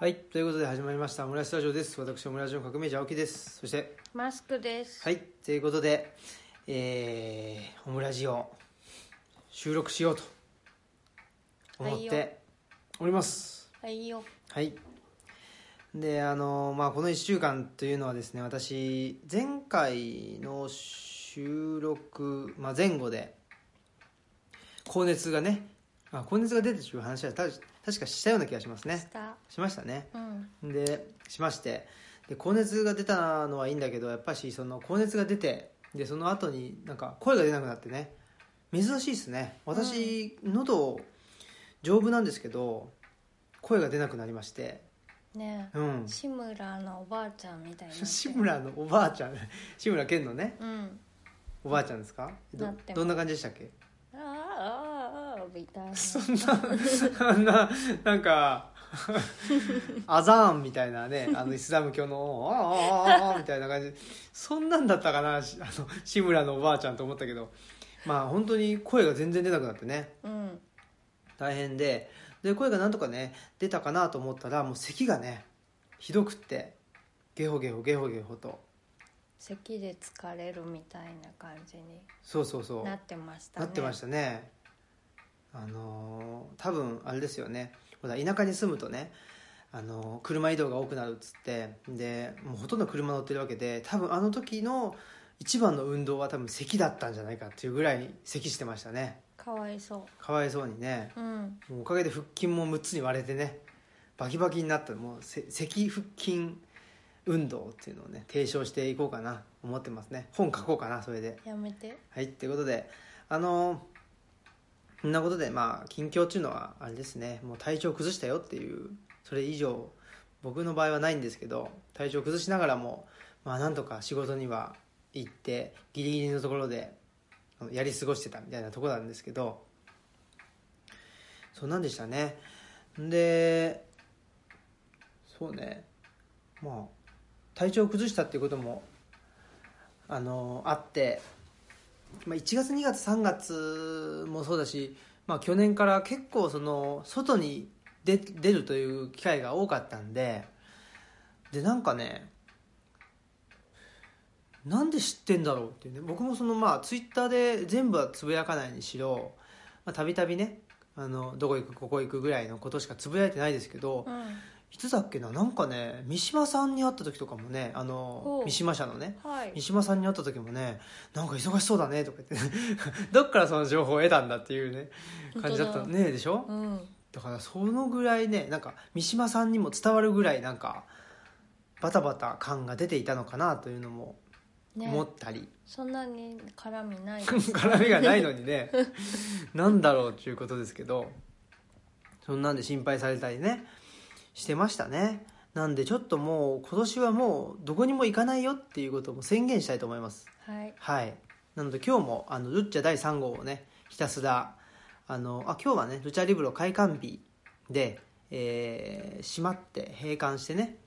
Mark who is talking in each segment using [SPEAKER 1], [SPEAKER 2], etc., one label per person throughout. [SPEAKER 1] はい、ということで始まりましたオムライスタジオです。私、オムラジオの革命児青木です。そして、
[SPEAKER 2] マスクです。
[SPEAKER 1] はい、ということで、えー、オムラジオ収録しようと思っております。
[SPEAKER 2] はいよ。
[SPEAKER 1] はい。で、あの、まあ、この1週間というのはですね、私、前回の収録、まあ、前後で、高熱がね、あ高熱が出てという話はた確かしたような気がしますね
[SPEAKER 2] し。た。
[SPEAKER 1] しましたね。
[SPEAKER 2] うん。
[SPEAKER 1] でしましてで高熱が出たのはいいんだけどやっぱりその高熱が出てでその後になんか声が出なくなってね珍しいですね私、喉丈夫なんですけど声が出なくなりまして
[SPEAKER 2] ね
[SPEAKER 1] う
[SPEAKER 2] え
[SPEAKER 1] ん
[SPEAKER 2] 志村のおばあちゃんみたいになって る。
[SPEAKER 1] 志村のおばあちゃん志村けんのね
[SPEAKER 2] うん。
[SPEAKER 1] おばあちゃんですかど
[SPEAKER 2] なってます
[SPEAKER 1] どんな感じでしたっけ
[SPEAKER 2] あーあーあーみたいな。
[SPEAKER 1] そんなあんななんかアザーンみたいなねあのイスラム教の「あーあーあーあーみたいな感じそんなんだったかなしあの志村のおばあちゃんと思ったけどまあ本当に声が全然出なくなってね
[SPEAKER 2] うん。
[SPEAKER 1] 大変でで声がなんとかね出たかなと思ったらもう咳がねひどくってゲホゲホゲホゲホと
[SPEAKER 2] 咳で疲れるみたいな感じに
[SPEAKER 1] そうそうそう
[SPEAKER 2] なってましたね。
[SPEAKER 1] なってましたねあのー多分あれですよねほら田舎に住むとねあのー車移動が多くなるっつってでもうほとんど車乗ってるわけで多分あの時の一番の運動は多分咳だったんじゃないかっていうぐらい咳してましたね
[SPEAKER 2] かわいそ
[SPEAKER 1] かわいそうにね
[SPEAKER 2] う。うん。
[SPEAKER 1] もうおかげで腹筋も6つに割れてねバキバキになったもうせ咳腹筋運動っていうのをね提唱していこうかな思ってますね本書こうかなそれで
[SPEAKER 2] やめて。
[SPEAKER 1] はい、ということで、あのそんなことで、まあ、近況っていうのは、あれですね、もう体調崩したよっていう、それ以上、僕の場合はないんですけど、体調崩しながらも、まあ、なんとか仕事には行って、ギリギリのところで、あのやり過ごしてたみたいなところなんですけど、そうなんでしたね。んで、そうね、まあ、体調崩したっていうことも、あのあって、まあ、1月2月3月もそうだし、まあ、去年から結構その外に出出るという機会が多かったんででなんかねなんで知ってんだろうっていうね僕もそのまあツイッターで全部はつぶやかないにしろまあたびたびねあのどこ行くここ行くぐらいのことしかつぶやいてないですけど
[SPEAKER 2] うん。
[SPEAKER 1] いつだっけななんかね三島さんに会った時とかもねあの
[SPEAKER 2] おう
[SPEAKER 1] 三島社のね
[SPEAKER 2] はい
[SPEAKER 1] 三。島さんに会った時もねなんか忙しそうだねとか言って どっからその情報を得たんだっていうね感じだった
[SPEAKER 2] 本当
[SPEAKER 1] ねでしょ
[SPEAKER 2] うん。
[SPEAKER 1] だからそのぐらいねなんか三島さんにも伝わるぐらいなんかバタバタ感が出ていたのかなというのも思
[SPEAKER 2] ね
[SPEAKER 1] っ。たり、。
[SPEAKER 2] そんなに絡みない
[SPEAKER 1] 絡みがないのにね なんだろうっていうことですけどそんなんで心配されたりねしてましたねなんでちょっともう今年はもうどこにも行かないよっていうことも宣言したいと思います
[SPEAKER 2] はい。
[SPEAKER 1] はい、なので今日もあのルッチャ第3号をねひたすらあのあ今日はねルチャリブロ開館日で、えー閉まって閉館してね、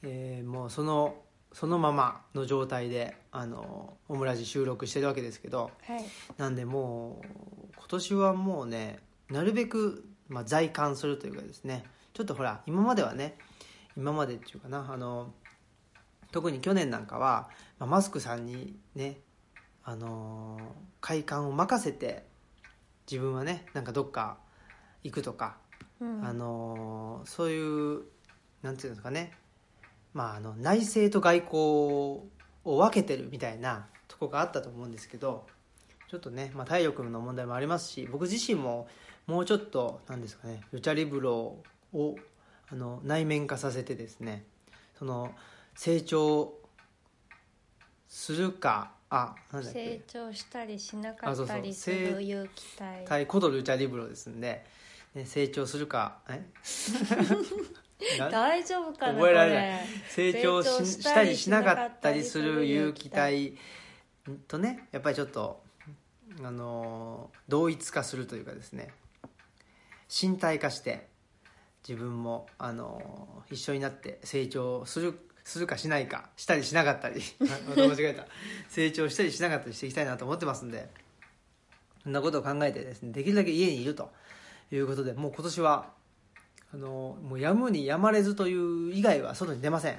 [SPEAKER 1] えーもうそのそのままの状態であのオムラジ収録してるわけですけど
[SPEAKER 2] はい。
[SPEAKER 1] なんでもう今年はもうねなるべく、まあ、在館するというかですねちょっとほら今まではね今までっていうかなあの特に去年なんかは、まあ、マスクさんにねあのー会館を任せて自分はねなんかどっか行くとか、
[SPEAKER 2] うん。
[SPEAKER 1] あのーそういうなんていうんですかね、まあ、あの内政と外交を分けてるみたいなとこがあったと思うんですけどちょっとね、まあ、体力の問題もありますし僕自身ももうちょっとなんですかねルチャリブロをあの内面化させてですねその成長するかあなんだっけ
[SPEAKER 2] 成長したりしな
[SPEAKER 1] あ
[SPEAKER 2] か
[SPEAKER 1] そう
[SPEAKER 2] っ
[SPEAKER 1] そう
[SPEAKER 2] たりす
[SPEAKER 1] 成
[SPEAKER 2] る有機体
[SPEAKER 1] 対コドルチャリブロですんで、ね、成長するかえな
[SPEAKER 2] 大丈夫かなこ
[SPEAKER 1] 覚え
[SPEAKER 2] れ
[SPEAKER 1] られない成長し
[SPEAKER 2] 成長
[SPEAKER 1] し
[SPEAKER 2] したた
[SPEAKER 1] り
[SPEAKER 2] り
[SPEAKER 1] し
[SPEAKER 2] し
[SPEAKER 1] な
[SPEAKER 2] な
[SPEAKER 1] か
[SPEAKER 2] か
[SPEAKER 1] っ
[SPEAKER 2] ったた
[SPEAKER 1] り
[SPEAKER 2] り
[SPEAKER 1] す
[SPEAKER 2] す
[SPEAKER 1] る
[SPEAKER 2] る
[SPEAKER 1] 有
[SPEAKER 2] 有
[SPEAKER 1] 機
[SPEAKER 2] 機
[SPEAKER 1] 体
[SPEAKER 2] 体
[SPEAKER 1] とねやっぱりちょっとあの同一化するというかですね身体化して自分もあの一緒になって成長するするかしないかしたりしなかったりまた間違えた成長したりしなかったりしていきたいなと思ってますんでそんなことを考えてですねできるだけ家にいるということでもう今年はあのもうやむにやまれずという以外は外に出ません、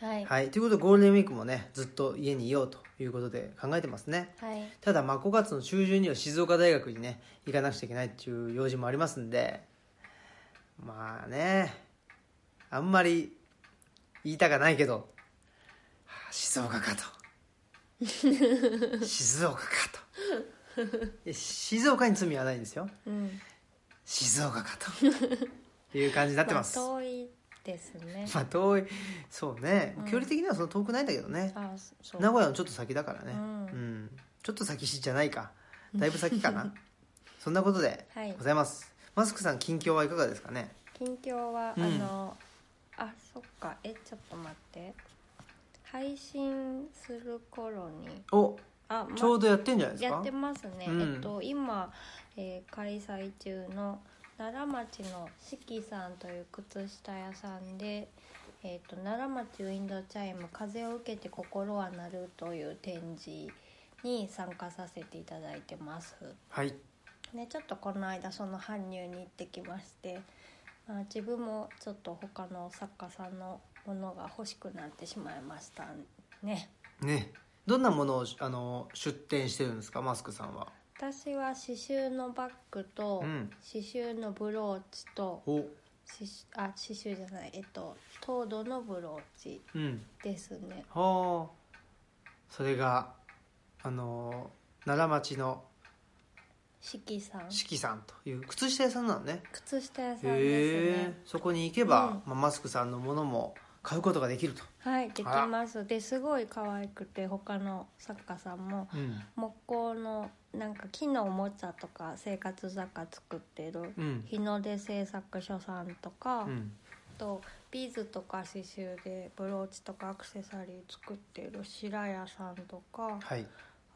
[SPEAKER 2] はいは
[SPEAKER 1] はい、ということでゴールデンウィークもねずっと家にいようということで考えてますね
[SPEAKER 2] い
[SPEAKER 1] ただまあ5月の中旬には静岡大学にね行かなくちゃいけないっていう用事もありますんでまあねあんまり言いたかないけど、はあ静岡か と静岡かといや静岡に罪はないんですよ
[SPEAKER 2] うん
[SPEAKER 1] 静岡か という感じになってます、
[SPEAKER 2] ま
[SPEAKER 1] ま
[SPEAKER 2] あ遠いですね
[SPEAKER 1] あ、遠いそうね
[SPEAKER 2] うん
[SPEAKER 1] 距離的にはその遠くないんだけどね、
[SPEAKER 2] あそそう
[SPEAKER 1] 名古屋のちょっと先だからね、
[SPEAKER 2] う
[SPEAKER 1] うんんちょっと先じゃないかだいぶ先か なそんなことで
[SPEAKER 2] はい
[SPEAKER 1] ございます、マスクさん近況はいかがですかね
[SPEAKER 2] 近況は、
[SPEAKER 1] うん
[SPEAKER 2] あのあそっかえちょっと待って配信する頃に
[SPEAKER 1] お
[SPEAKER 2] あ、ま
[SPEAKER 1] ちょうどやってんじゃないです
[SPEAKER 2] や
[SPEAKER 1] か
[SPEAKER 2] ってますね、
[SPEAKER 1] うん
[SPEAKER 2] えっと今、えー開催中の奈良町の四季さんという靴下屋さんで、えっと奈良町ウィンドチャイム「風を受けて心は鳴る」という展示に参加させていただいてます
[SPEAKER 1] はい
[SPEAKER 2] ね、ちょっとこの間その搬入に行ってきまして、まあ、自分もちょっと他の作家さんのものが欲しくなってしまいましたね
[SPEAKER 1] ねどんなものをあの出展してるんですかマスクさんは
[SPEAKER 2] 私は刺繍のバッグと、
[SPEAKER 1] うん
[SPEAKER 2] 刺繍のブローチと
[SPEAKER 1] お
[SPEAKER 2] 刺繍あ刺繍じゃないえっと糖度のブローチ
[SPEAKER 1] うん
[SPEAKER 2] ですね
[SPEAKER 1] はあそれがあの奈良町の
[SPEAKER 2] 四季さん
[SPEAKER 1] 四季さんという靴下屋さんなのね
[SPEAKER 2] 靴下屋さんです
[SPEAKER 1] へえ
[SPEAKER 2] ね
[SPEAKER 1] そこに行けば、
[SPEAKER 2] う
[SPEAKER 1] まあ、マスクさんのものも買うことができると、
[SPEAKER 2] はいできますですごい可愛くて他の作家さんも
[SPEAKER 1] うん
[SPEAKER 2] 木工のなんか木のおもちゃとか生活雑貨作ってる
[SPEAKER 1] うん
[SPEAKER 2] 日の出製作所さんとか、
[SPEAKER 1] うん、
[SPEAKER 2] あとビーズとか刺繍でブローチとかアクセサリー作ってる白屋さんとか
[SPEAKER 1] はい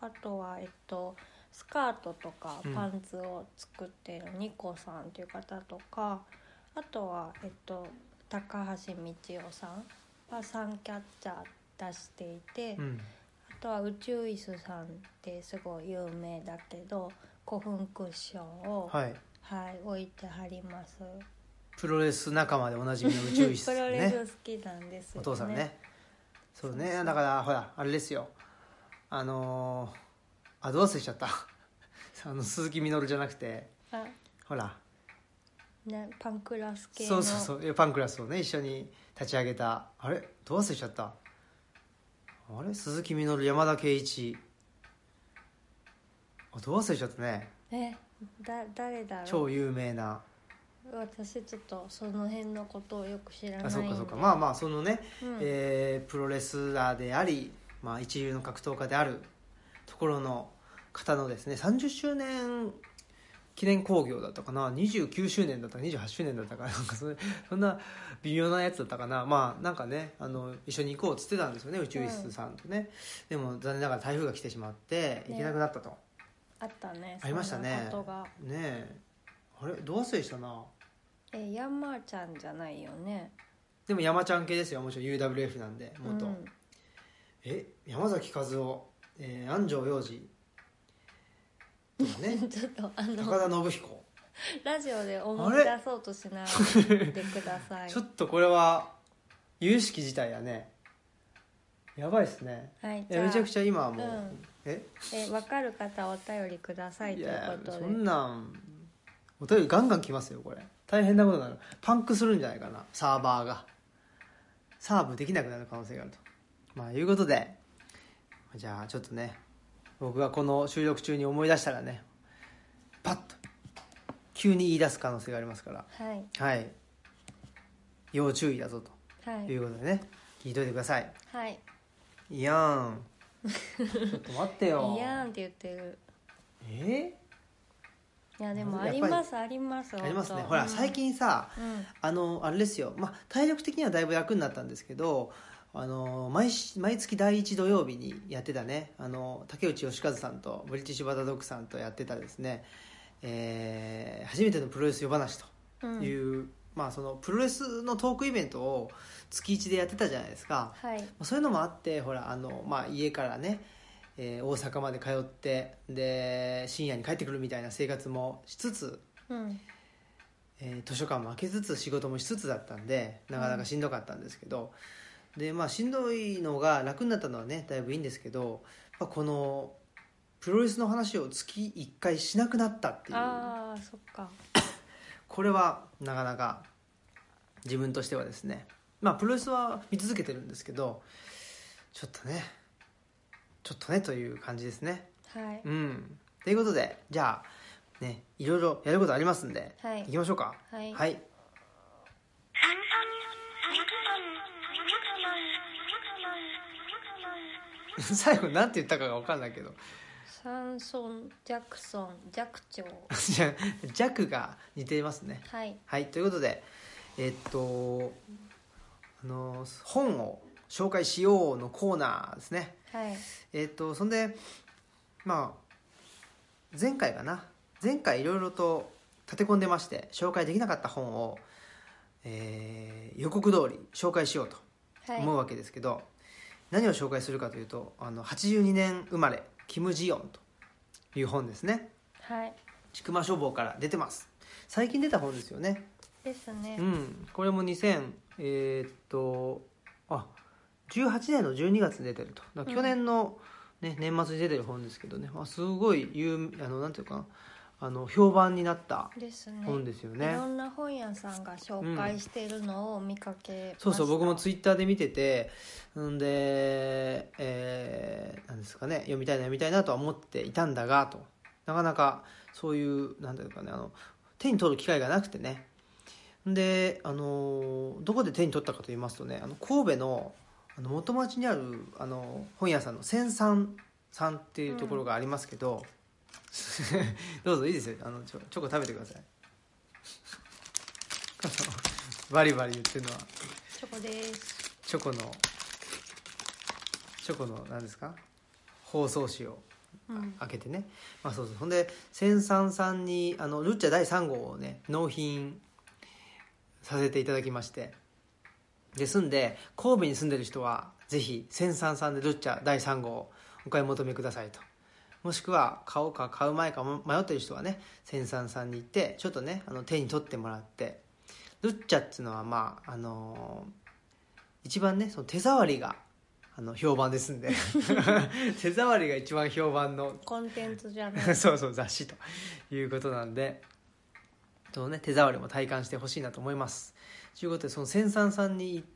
[SPEAKER 2] あとはえっとスカートとか
[SPEAKER 1] うん
[SPEAKER 2] パンツを作ってるニコさんという方とか、あとはえっと高橋道夫さんはサンキャッチャー出していて。
[SPEAKER 1] うん
[SPEAKER 2] あとは宇宙椅子さんってすごい有名だけど古墳クッションを、はい
[SPEAKER 1] はい
[SPEAKER 2] 置いてはります
[SPEAKER 1] プロレス仲間でおなじみの宇宙
[SPEAKER 2] プ
[SPEAKER 1] 室
[SPEAKER 2] ロレ
[SPEAKER 1] ね
[SPEAKER 2] ス好きなんですよ、ね、
[SPEAKER 1] お父さんねそう
[SPEAKER 2] そう
[SPEAKER 1] ね
[SPEAKER 2] そう
[SPEAKER 1] だからほらあれですよあのー、あどう忘れしちゃった あの鈴木みのるじゃなくて
[SPEAKER 2] あ
[SPEAKER 1] ほら
[SPEAKER 2] ねパンクラス系の
[SPEAKER 1] そうそうそうえパンクラスをね一緒に立ち上げたあれどう忘れしちゃったあれ鈴木みのる山田圭一あどう忘れしちゃったね
[SPEAKER 2] えだ誰だろう
[SPEAKER 1] 超有名な
[SPEAKER 2] 私ちょっとその辺のことをよく知らないん
[SPEAKER 1] あ
[SPEAKER 2] で
[SPEAKER 1] そうかそうかまあまあそのね、
[SPEAKER 2] うん
[SPEAKER 1] えープロレスラーであり、まあ、一流の格闘家であるところの方のですね30周年記念興行だったかな29周年だったか28周年だったかななんかそれそんな微妙なやつだったかなまあなんかねあの一緒に行こうっつってたんですよね宇宙室さんとね、でも残念ながら台風が来てしまって行けなくなったと、
[SPEAKER 2] あったね
[SPEAKER 1] ありましたね
[SPEAKER 2] そんなことが
[SPEAKER 1] ねえあれどう忘れしたな
[SPEAKER 2] えヤンマーちゃんじゃないよね
[SPEAKER 1] でも山ちゃん系ですよもちろん UWF なんで元。
[SPEAKER 2] うん
[SPEAKER 1] え山崎和夫、えー安城洋二とかね
[SPEAKER 2] ちょっとあ
[SPEAKER 1] 高
[SPEAKER 2] の
[SPEAKER 1] 田信彦、
[SPEAKER 2] ラジオで思い出そうとしないでください
[SPEAKER 1] ちょっとこれは有識自体やねやばいですね
[SPEAKER 2] はい、
[SPEAKER 1] い
[SPEAKER 2] じ
[SPEAKER 1] や
[SPEAKER 2] ゃあ
[SPEAKER 1] めちゃくちゃ今はもう、
[SPEAKER 2] うん
[SPEAKER 1] え
[SPEAKER 2] え分かる方はお便りください
[SPEAKER 1] い
[SPEAKER 2] という
[SPEAKER 1] や
[SPEAKER 2] こと
[SPEAKER 1] そ
[SPEAKER 2] で
[SPEAKER 1] んなんお便りガンガン来ますよこれ大変なことになるパンクするんじゃないかなサーバーがサーブできなくなる可能性があるとまあいうことでじゃあちょっとね僕がこの収録中に思い出したらねパッと急に言い出す可能性がありますから
[SPEAKER 2] はい
[SPEAKER 1] はい要注意だぞ
[SPEAKER 2] は
[SPEAKER 1] と
[SPEAKER 2] い
[SPEAKER 1] いうことでね聞いといてください
[SPEAKER 2] はい
[SPEAKER 1] いやーん ちょっと待ってよ
[SPEAKER 2] いやーんって言ってる
[SPEAKER 1] え
[SPEAKER 2] いやでも
[SPEAKER 1] や
[SPEAKER 2] あ
[SPEAKER 1] っぱ
[SPEAKER 2] り
[SPEAKER 1] り
[SPEAKER 2] ますあります
[SPEAKER 1] ーありますね
[SPEAKER 2] 本当
[SPEAKER 1] ほ
[SPEAKER 2] う
[SPEAKER 1] ら
[SPEAKER 2] ん
[SPEAKER 1] 最近さ、
[SPEAKER 2] うん
[SPEAKER 1] あのあれですよ、まあ、体力的にはだいぶ楽になったんですけどあの毎し毎月第1土曜日にやってたねあの竹内義和さんとブリティッシュバタードッグさんとやってたですね、えー初めてのプロレス夜話
[SPEAKER 2] うん
[SPEAKER 1] という、まあ、そのプロレスのトークイベントを月1でやってたじゃないですか、
[SPEAKER 2] はい
[SPEAKER 1] まあそういうのもあってほらあの、まあ、家からね、えー大阪まで通ってで深夜に帰ってくるみたいな生活もしつつ
[SPEAKER 2] うん
[SPEAKER 1] ええー図書館も開けつつ仕事もしつつだったんでなかなかしんどかったんですけど、でまあしんどいのが楽になったのはねだいぶいいんですけどやっぱこのプロレスの話を月1回しなくなったっていう
[SPEAKER 2] ああそっか
[SPEAKER 1] これはなかなか自分としてはですねまあプロレスは見続けてるんですけどちょっとねちょっとねという感じですね
[SPEAKER 2] はい
[SPEAKER 1] うんということでじゃあねいろいろやることありますんで、
[SPEAKER 2] はい
[SPEAKER 1] 行きましょうか
[SPEAKER 2] はい
[SPEAKER 1] はい、 最後なんて言ったかが分かんないけど
[SPEAKER 2] サンソン・ジャクソン寂聴
[SPEAKER 1] じゃあジャックが似ていますね
[SPEAKER 2] はい
[SPEAKER 1] はいということでえっとあの本を紹介しようのコーナーですね
[SPEAKER 2] はい
[SPEAKER 1] えっ、とそんでまあ前回かな前回いろいろと立て込んでまして紹介できなかった本を、えー予告通り紹介しようと
[SPEAKER 2] はい
[SPEAKER 1] 思うわけですけど、何を紹介するかというとあの82年生まれキム・ジヨンという本ですね
[SPEAKER 2] はい
[SPEAKER 1] 千曲書房から出てます最近出た本ですよね
[SPEAKER 2] ですね
[SPEAKER 1] うんこれも2000えーっとあ18年の12月に出てるとだから去年の、ね年末に出てる本ですけどね、まあ、すごい有あのなんていうかなあの評判になった
[SPEAKER 2] ですね
[SPEAKER 1] 本ですよ
[SPEAKER 2] い
[SPEAKER 1] ね
[SPEAKER 2] ろんな本屋さんが紹介しているのを見かけました
[SPEAKER 1] そうそう僕もツイッターで見ててんで、えーなんですかね読みたいな読みたいなとは思っていたんだがとなかなかそういうなんていうかねあの手に取る機会がなくてねであのどこで手に取ったかと言いますとねあの神戸のあの元町にあるあの本屋さんの千三さんっていうところがありますけど、 どうぞいいですよあのちょチョコ食べてください バリバリ言ってるのは
[SPEAKER 2] チョコです
[SPEAKER 1] チョコのチョコの何ですか包装紙を
[SPEAKER 2] うん
[SPEAKER 1] 開けてね、まあ、そうそうほんで千三さんにあのルッチャ第3号をね納品させていただきましてですんで神戸に住んでる人はぜひ千三さんでルッチャ第3号をお買い求めくださいともしくは買おうか買う前か迷ってる人はね千三さんに行ってちょっとねあの手に取ってもらってルッチャっていうのはまああの一番ねその手触りがあの評判ですんで手触りが一番評判の
[SPEAKER 2] コンテンツじゃな い
[SPEAKER 1] そうそう雑誌ということなんでと、ね、手触りも体感してほしいなと思いますということでその千三さんに行っ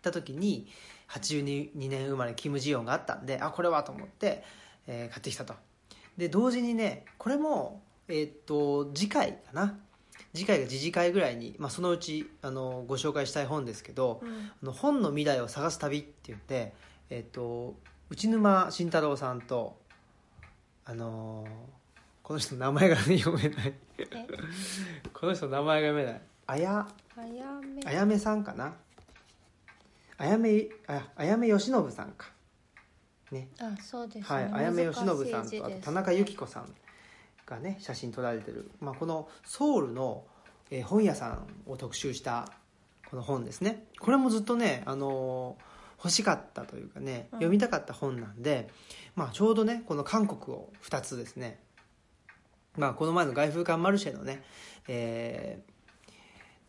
[SPEAKER 1] た時に82年生まれキム・ジヨンがあったんであこれはと思って、えー買ってきたとで同時にねこれもえーっと次回かな次回が次次回ぐらいに、まあ、そのうちあのご紹介したい本ですけど、
[SPEAKER 2] うん
[SPEAKER 1] あの本の未来を探す旅って言って、えっと内沼慎太郎さんとあのーこの人の名前が、ね、読めない
[SPEAKER 2] え
[SPEAKER 1] この人の名前が読めないあや
[SPEAKER 2] あやめ
[SPEAKER 1] あやめさんかなあやめああやめ由伸さんかね
[SPEAKER 2] あそうです
[SPEAKER 1] はい、あやめ由伸さんとあと田中由紀
[SPEAKER 2] 子
[SPEAKER 1] 子さんがね写真撮られてる、まあ、このソウルの、えー本屋さんを特集したこの本ですねこれもずっとね、あのー欲しかったというかね
[SPEAKER 2] うん
[SPEAKER 1] 読みたかった本なんで、まあ、ちょうどねこの韓国を2つですね、まあ、この前の外風館マルシェのね、えー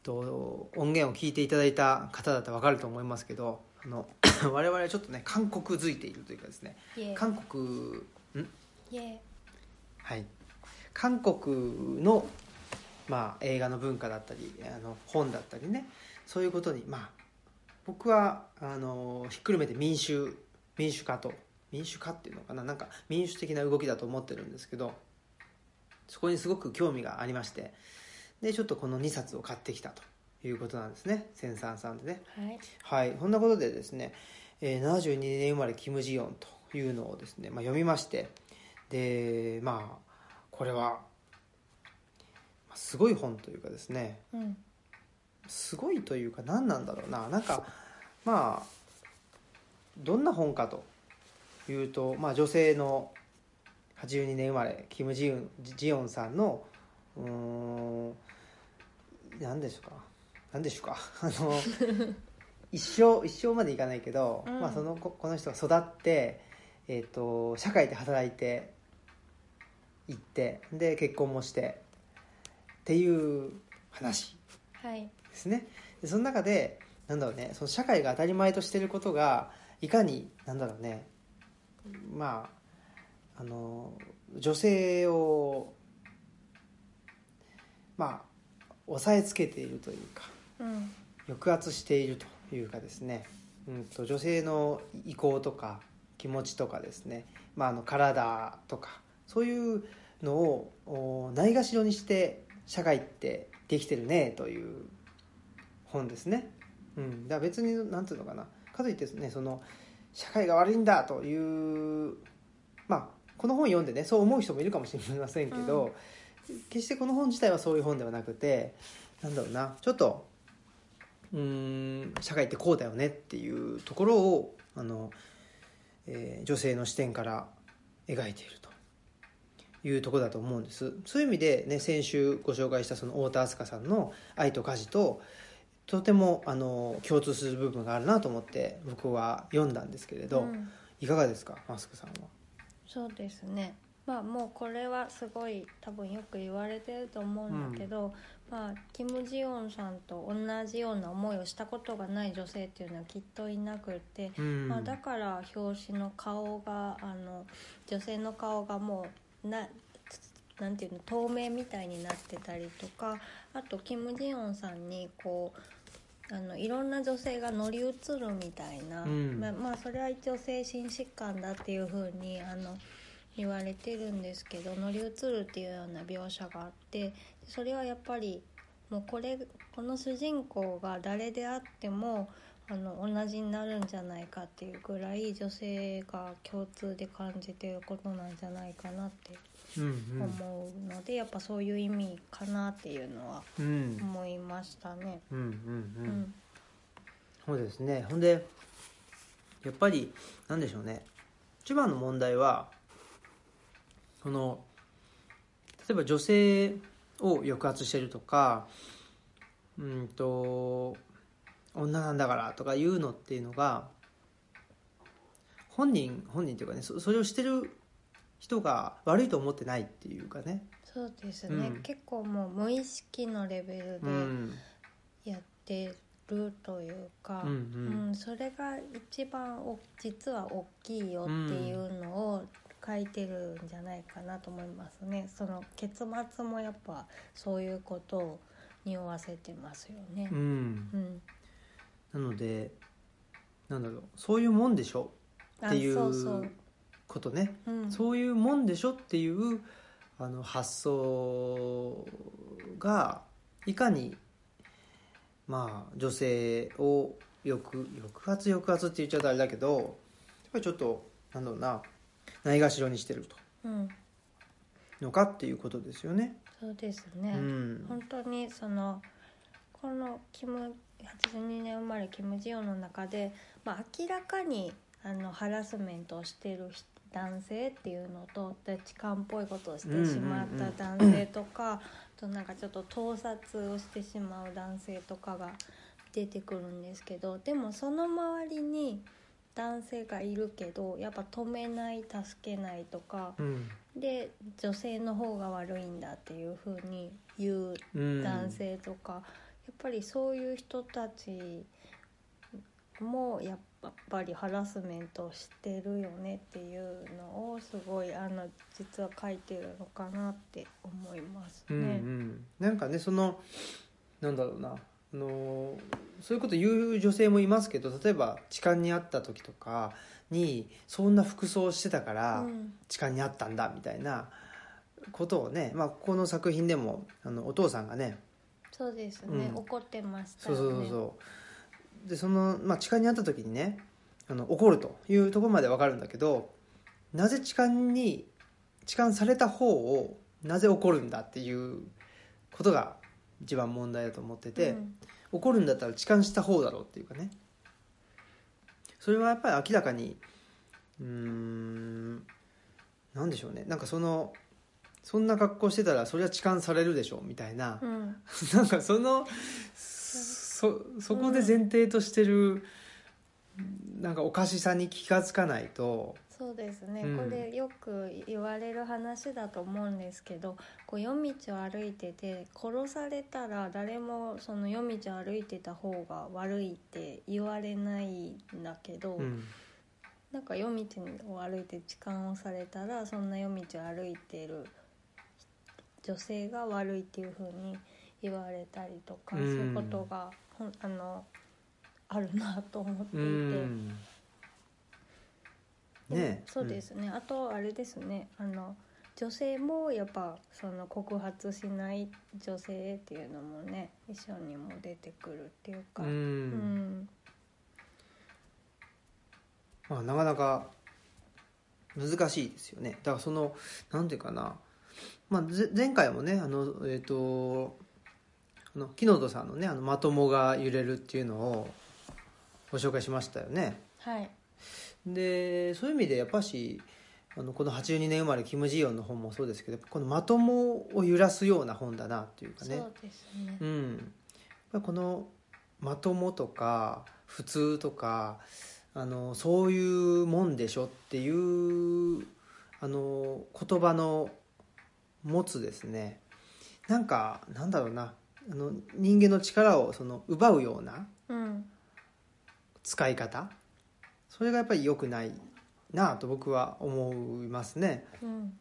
[SPEAKER 1] と音源を聞いていただいた方だったら分かると思いますけどあの 我々はちょっとね韓国づいているというかですね
[SPEAKER 2] イエ
[SPEAKER 1] 韓国ん
[SPEAKER 2] イエ
[SPEAKER 1] はい韓国の、まあ、映画の文化だったりあの本だったりねそういうことにまあ僕はあのひっくるめて民主民主化と民主化っていうのかななんか民主的な動きだと思ってるんですけどそこにすごく興味がありましてでちょっとこの2冊を買ってきたということなんですね千三さんでね
[SPEAKER 2] はい
[SPEAKER 1] はい、そんなことでですね、えー72年生まれキム・ジヨンというのをですね、まあ、読みましてでまあこれはまあすごい本というかですね
[SPEAKER 2] うん
[SPEAKER 1] すごいというか何なんだろうななんかまあどんな本かというと、まあ、女性の82年生まれキム・ジユンジヨンさんのうーん何でしょうか何でしょうか あの一生一生までいかないけど、
[SPEAKER 2] うん
[SPEAKER 1] まあ、そのここの人が育って、えー、と社会で働いて行ってで結婚もしてっていう話
[SPEAKER 2] はい
[SPEAKER 1] ですねでその中でなんだろうねその社会が当たり前としてることがいかになんだろうねまああの女性をまあ抑えつけているというか
[SPEAKER 2] うん
[SPEAKER 1] 抑圧しているというかですね、うん、と女性の意向とか気持ちとかですね、まあ、あの体とかそういうのをおないがしろにして社会ってできてるねという本ですね。うん、だから別に何ていうのかなかといってですねその社会が悪いんだというまあこの本読んでねそう思う人もいるかもしれませんけど、決してこの本自体はそういう本ではなくてなんだろうなちょっとうーん社会ってこうだよねっていうところをあの、えー女性の視点から描いているというところだと思うんですそういう意味で、ね、先週ご紹介したその太田明日香さんの「愛と家事と」とてもあの共通する部分があるなと思って僕は読んだんですけれど、
[SPEAKER 2] うん
[SPEAKER 1] いかがですかマスクさんは。
[SPEAKER 2] そうですねまあもうこれはすごい多分よく言われてると思うんだけど、まあキム・ジヨンさんと同じような思いをしたことがない女性っていうのはきっといなくて、
[SPEAKER 1] うん
[SPEAKER 2] まあ、だから表紙の顔があの女性の顔がもうななんていうの透明みたいになってたりとかあとキム・ジヨンさんにこうあのいろんな女性が乗り移るみたいな、
[SPEAKER 1] うん
[SPEAKER 2] まあまあそれは一応精神疾患だっていうふうにあの言われてるんですけど乗り移るっていうような描写があってそれはやっぱりもうこれこの主人公が誰であってもあの同じになるんじゃないかっていうぐらい女性が共通で感じてることなんじゃないかなって
[SPEAKER 1] うん
[SPEAKER 2] 思うので、やっぱそういう意味かなっていうのは
[SPEAKER 1] うんうん
[SPEAKER 2] 思いましたね。
[SPEAKER 1] うんうんう
[SPEAKER 2] う
[SPEAKER 1] ん
[SPEAKER 2] ん、
[SPEAKER 1] そうですねほんでやっぱりなんでしょうね一番の問題はその例えば女性を抑圧してるとかうんと女なんだからとかいうのっていうのが本人本人っていうかねそそれをしてる人が悪いと思ってないっていうかね。
[SPEAKER 2] そうですね、
[SPEAKER 1] うん
[SPEAKER 2] 結構もう無意識のレベル
[SPEAKER 1] う
[SPEAKER 2] で
[SPEAKER 1] ん
[SPEAKER 2] やってるというか、
[SPEAKER 1] うんうん
[SPEAKER 2] うんそれが一番お実は大きいよっていうのを書いてるんじゃないかなと思いますね。その結末もやっぱそういうことを匂わせてますよね
[SPEAKER 1] う。ん
[SPEAKER 2] うん、
[SPEAKER 1] なのでなんだろうそういうもんでしょ
[SPEAKER 2] あ
[SPEAKER 1] っていう
[SPEAKER 2] そうそう、
[SPEAKER 1] ことね
[SPEAKER 2] うん、
[SPEAKER 1] そういうもんでしょっていうあの発想がいかにまあ女性を抑抑圧抑圧って言っちゃうとあれだけどやっぱりちょっとなんだろうなないがしろにしてると
[SPEAKER 2] うん、
[SPEAKER 1] のかっていうことですよね。
[SPEAKER 2] そうですね。
[SPEAKER 1] うん
[SPEAKER 2] 本当にそのこのキム82年生まれキム・ジヨンの中で、まあ、明らかにあのハラスメントをしている人男性っていうのとで痴漢っぽいことをしてしまっ
[SPEAKER 1] うんうんう
[SPEAKER 2] た
[SPEAKER 1] ん
[SPEAKER 2] 男性とか、あとなんかちょっと盗撮をしてしまう男性とかが出てくるんですけどでもその周りに男性がいるけどやっぱ止めない助けないとか
[SPEAKER 1] うん
[SPEAKER 2] で女性の方が悪いんだっていうふうに言う
[SPEAKER 1] うん
[SPEAKER 2] 男性とか、やっぱりそういう人たちもやっぱりハラスメントしてるよねっていうのをすごいあの実は書いてるのかなって思います
[SPEAKER 1] うんう
[SPEAKER 2] ね。
[SPEAKER 1] ん、なんかねそのなんだろうなあのーそういうこと言う女性もいますけど例えば痴漢にあった時とかにそんな服装してたか
[SPEAKER 2] う
[SPEAKER 1] ら
[SPEAKER 2] ん
[SPEAKER 1] 痴漢にあったんだみたいなことをね、まあ、ここの作品でもあのお父さんがね
[SPEAKER 2] そうですね、
[SPEAKER 1] うん
[SPEAKER 2] 怒ってました
[SPEAKER 1] そう
[SPEAKER 2] よね。
[SPEAKER 1] そうそうそうでその、まあ、痴漢にあった時にねあの怒るというところまでわかるんだけどなぜ痴漢に痴漢された方をなぜ怒るんだっていうことが一番問題だと思ってて、
[SPEAKER 2] うん
[SPEAKER 1] 怒るんだったら痴漢した方だろうっていうかねそれはやっぱり明らかにうーんなんでしょうねなんかそのそんな格好してたらそりゃ痴漢されるでしょみたいな、
[SPEAKER 2] うん
[SPEAKER 1] なんかそのそそこで前提としてる、なんかおかしさに気が付かないと
[SPEAKER 2] そうですね、
[SPEAKER 1] うん
[SPEAKER 2] これよく言われる話だと思うんですけどこう夜道を歩いてて殺されたら誰もその夜道を歩いてた方が悪いって言われないんだけど、
[SPEAKER 1] うん
[SPEAKER 2] なんか夜道を歩いて痴漢をされたらそんな夜道を歩いてる女性が悪いっていう風に言われたりとか、
[SPEAKER 1] うん
[SPEAKER 2] そういうことがほんあのあるなと思って
[SPEAKER 1] う
[SPEAKER 2] いて。
[SPEAKER 1] ん
[SPEAKER 2] でも
[SPEAKER 1] ねえ
[SPEAKER 2] そうですね、あとあれですねあの女性もやっぱその告発しない女性っていうのもね一緒にも出てくるっていうか、
[SPEAKER 1] うん
[SPEAKER 2] うん
[SPEAKER 1] まあ、なかなか難しいですよねだからそのなんていうかな、まあ、ぜ前回もねあのえっ、とあの木本さんのねあのまともが揺れるっていうのをご紹介しましたよね
[SPEAKER 2] はい
[SPEAKER 1] でそういう意味でやっぱしあのこの82年生まれキム・ジヨンの本もそうですけどこのまともを揺らすような本だなっていうか
[SPEAKER 2] そう
[SPEAKER 1] ね
[SPEAKER 2] ですね、
[SPEAKER 1] うん、やっぱりこのまともとか普通とかあのそういうもんでしょっていうあの言葉の持つですねなんかなんだろうなあの人間の力をその奪うような
[SPEAKER 2] うん
[SPEAKER 1] 使い方それがやっぱり良くないなと僕は思いますね。
[SPEAKER 2] うん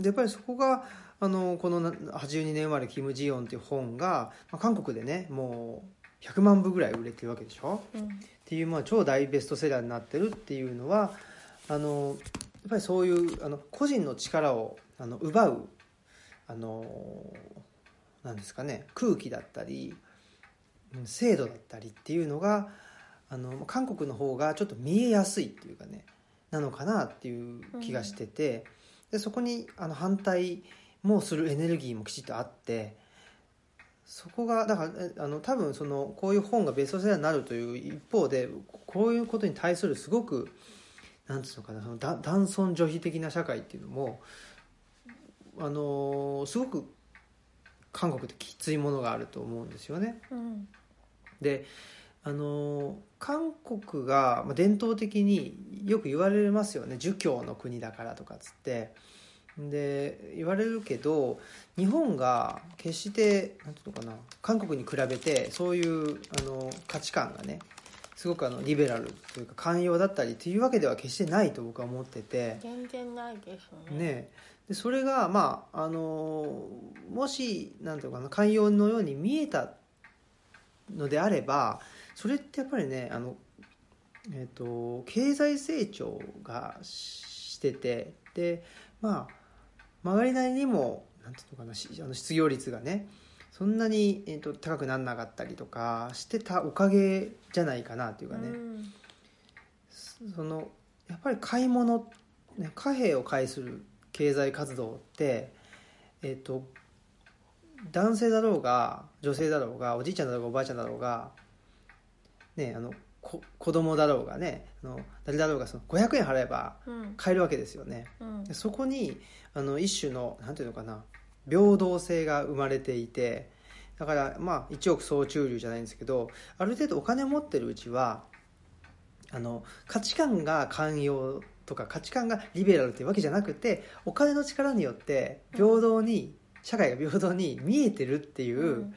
[SPEAKER 1] でやっぱりそこがあのこのな82年生まれ「キム・ジヨン」っていう本が、まあ、韓国でねもう100万部ぐらい売れてるわけでしょ
[SPEAKER 2] うん
[SPEAKER 1] っていう、まあ、超大ベストセラーになってるっていうのはあのやっぱりそういうあの個人の力をあの奪うあのなんですかね空気だったりうん制度だったりっていうのがあの韓国の方がちょっと見えやすいっていうかねなのかなっていう気がしてて、でそこにあの反対もするエネルギーもきちっとあってそこがだからえあの多分そのこういう本がベストセラーになるという一方でこういうことに対するすごくなんていうのかなそのだ男尊女卑的な社会っていうのもあのーすごく韓国ってきついものがあると思うんですよね。
[SPEAKER 2] うん
[SPEAKER 1] であの韓国がまあ伝統的によく言われますよね儒教の国だからとかっつってで言われるけど日本が決してなんていうのかな韓国に比べてそういうあの価値観がねすごくあのリベラルというか寛容だったりというわけでは決してないと僕は思ってて。
[SPEAKER 2] 全然ないですね
[SPEAKER 1] ね、でそれが、まああのもしなんていうのかな寛容のように見えたのであればそれってやっぱりねあの、えー、と経済成長がしててでまあ曲がりなりにもなんていうのかなしあの失業率がねそんなに、えー、と高くならなかったりとかしてたおかげじゃないかなというかね。
[SPEAKER 2] うん
[SPEAKER 1] そのやっぱり買い物、ね、貨幣を介する経済活動って、えっと男性だろうが女性だろうがおじいちゃんだろうがおばあちゃんだろうが、ね、あのこ子供だろうがねあの誰だろうがその500円払えば
[SPEAKER 2] うん
[SPEAKER 1] 買えるわけですよね。
[SPEAKER 2] うん
[SPEAKER 1] でそこにあの一種のなんていうのかな平等性が生まれていてだからまあ一億総中流じゃないんですけどある程度お金を持ってるうちはあの価値観が寛容とか価値観がリベラルっていうわけじゃなくてお金の力によって平等に、社会が平等に見えてるっていううん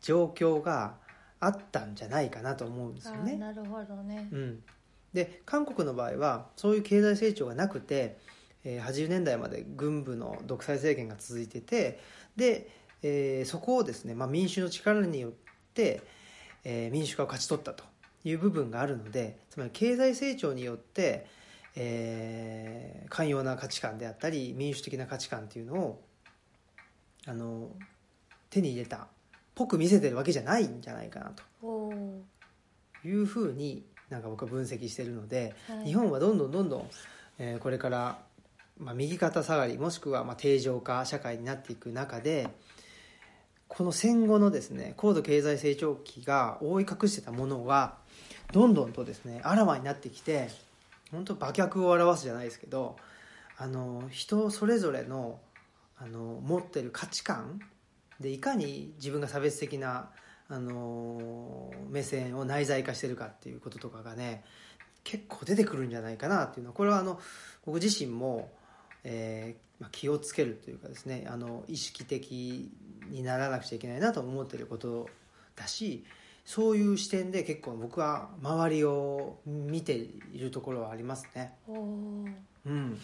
[SPEAKER 1] 状況があったんじゃないかなと思うんです
[SPEAKER 2] あ
[SPEAKER 1] よね。
[SPEAKER 2] ーなるほどね
[SPEAKER 1] うん、で韓国の場合はそういう経済成長がなくて、えー80年代まで軍部の独裁政権が続いててで、えーそこをですね、まあ、民主の力によって、えー民主化を勝ち取ったという部分があるのでつまり経済成長によって、えー寛容な価値観であったり民主的な価値観っていうのをあの手に入れたっぽく見せてるわけじゃないんじゃないかなと。
[SPEAKER 2] おー
[SPEAKER 1] いうふうになんか僕は分析してるので、
[SPEAKER 2] はい
[SPEAKER 1] 日本はどんどんどんどん、えーこれから、まあ、右肩下がりもしくはまあ定常化社会になっていく中でこの戦後のですね高度経済成長期が覆い隠してたものがどんどんとですねあらわになってきて本当馬脚を表すじゃないですけどあの人それぞれのあの持ってる価値観でいかに自分が差別的なあの目線を内在化してるかっていうこととかがね結構出てくるんじゃないかなっていうのはこれはあの僕自身も、えーまあ、気をつけるというかですねあの意識的にならなくちゃいけないなと思ってることだしそういう視点で結構僕は周りを見ているところはありますね。
[SPEAKER 2] おー
[SPEAKER 1] うん、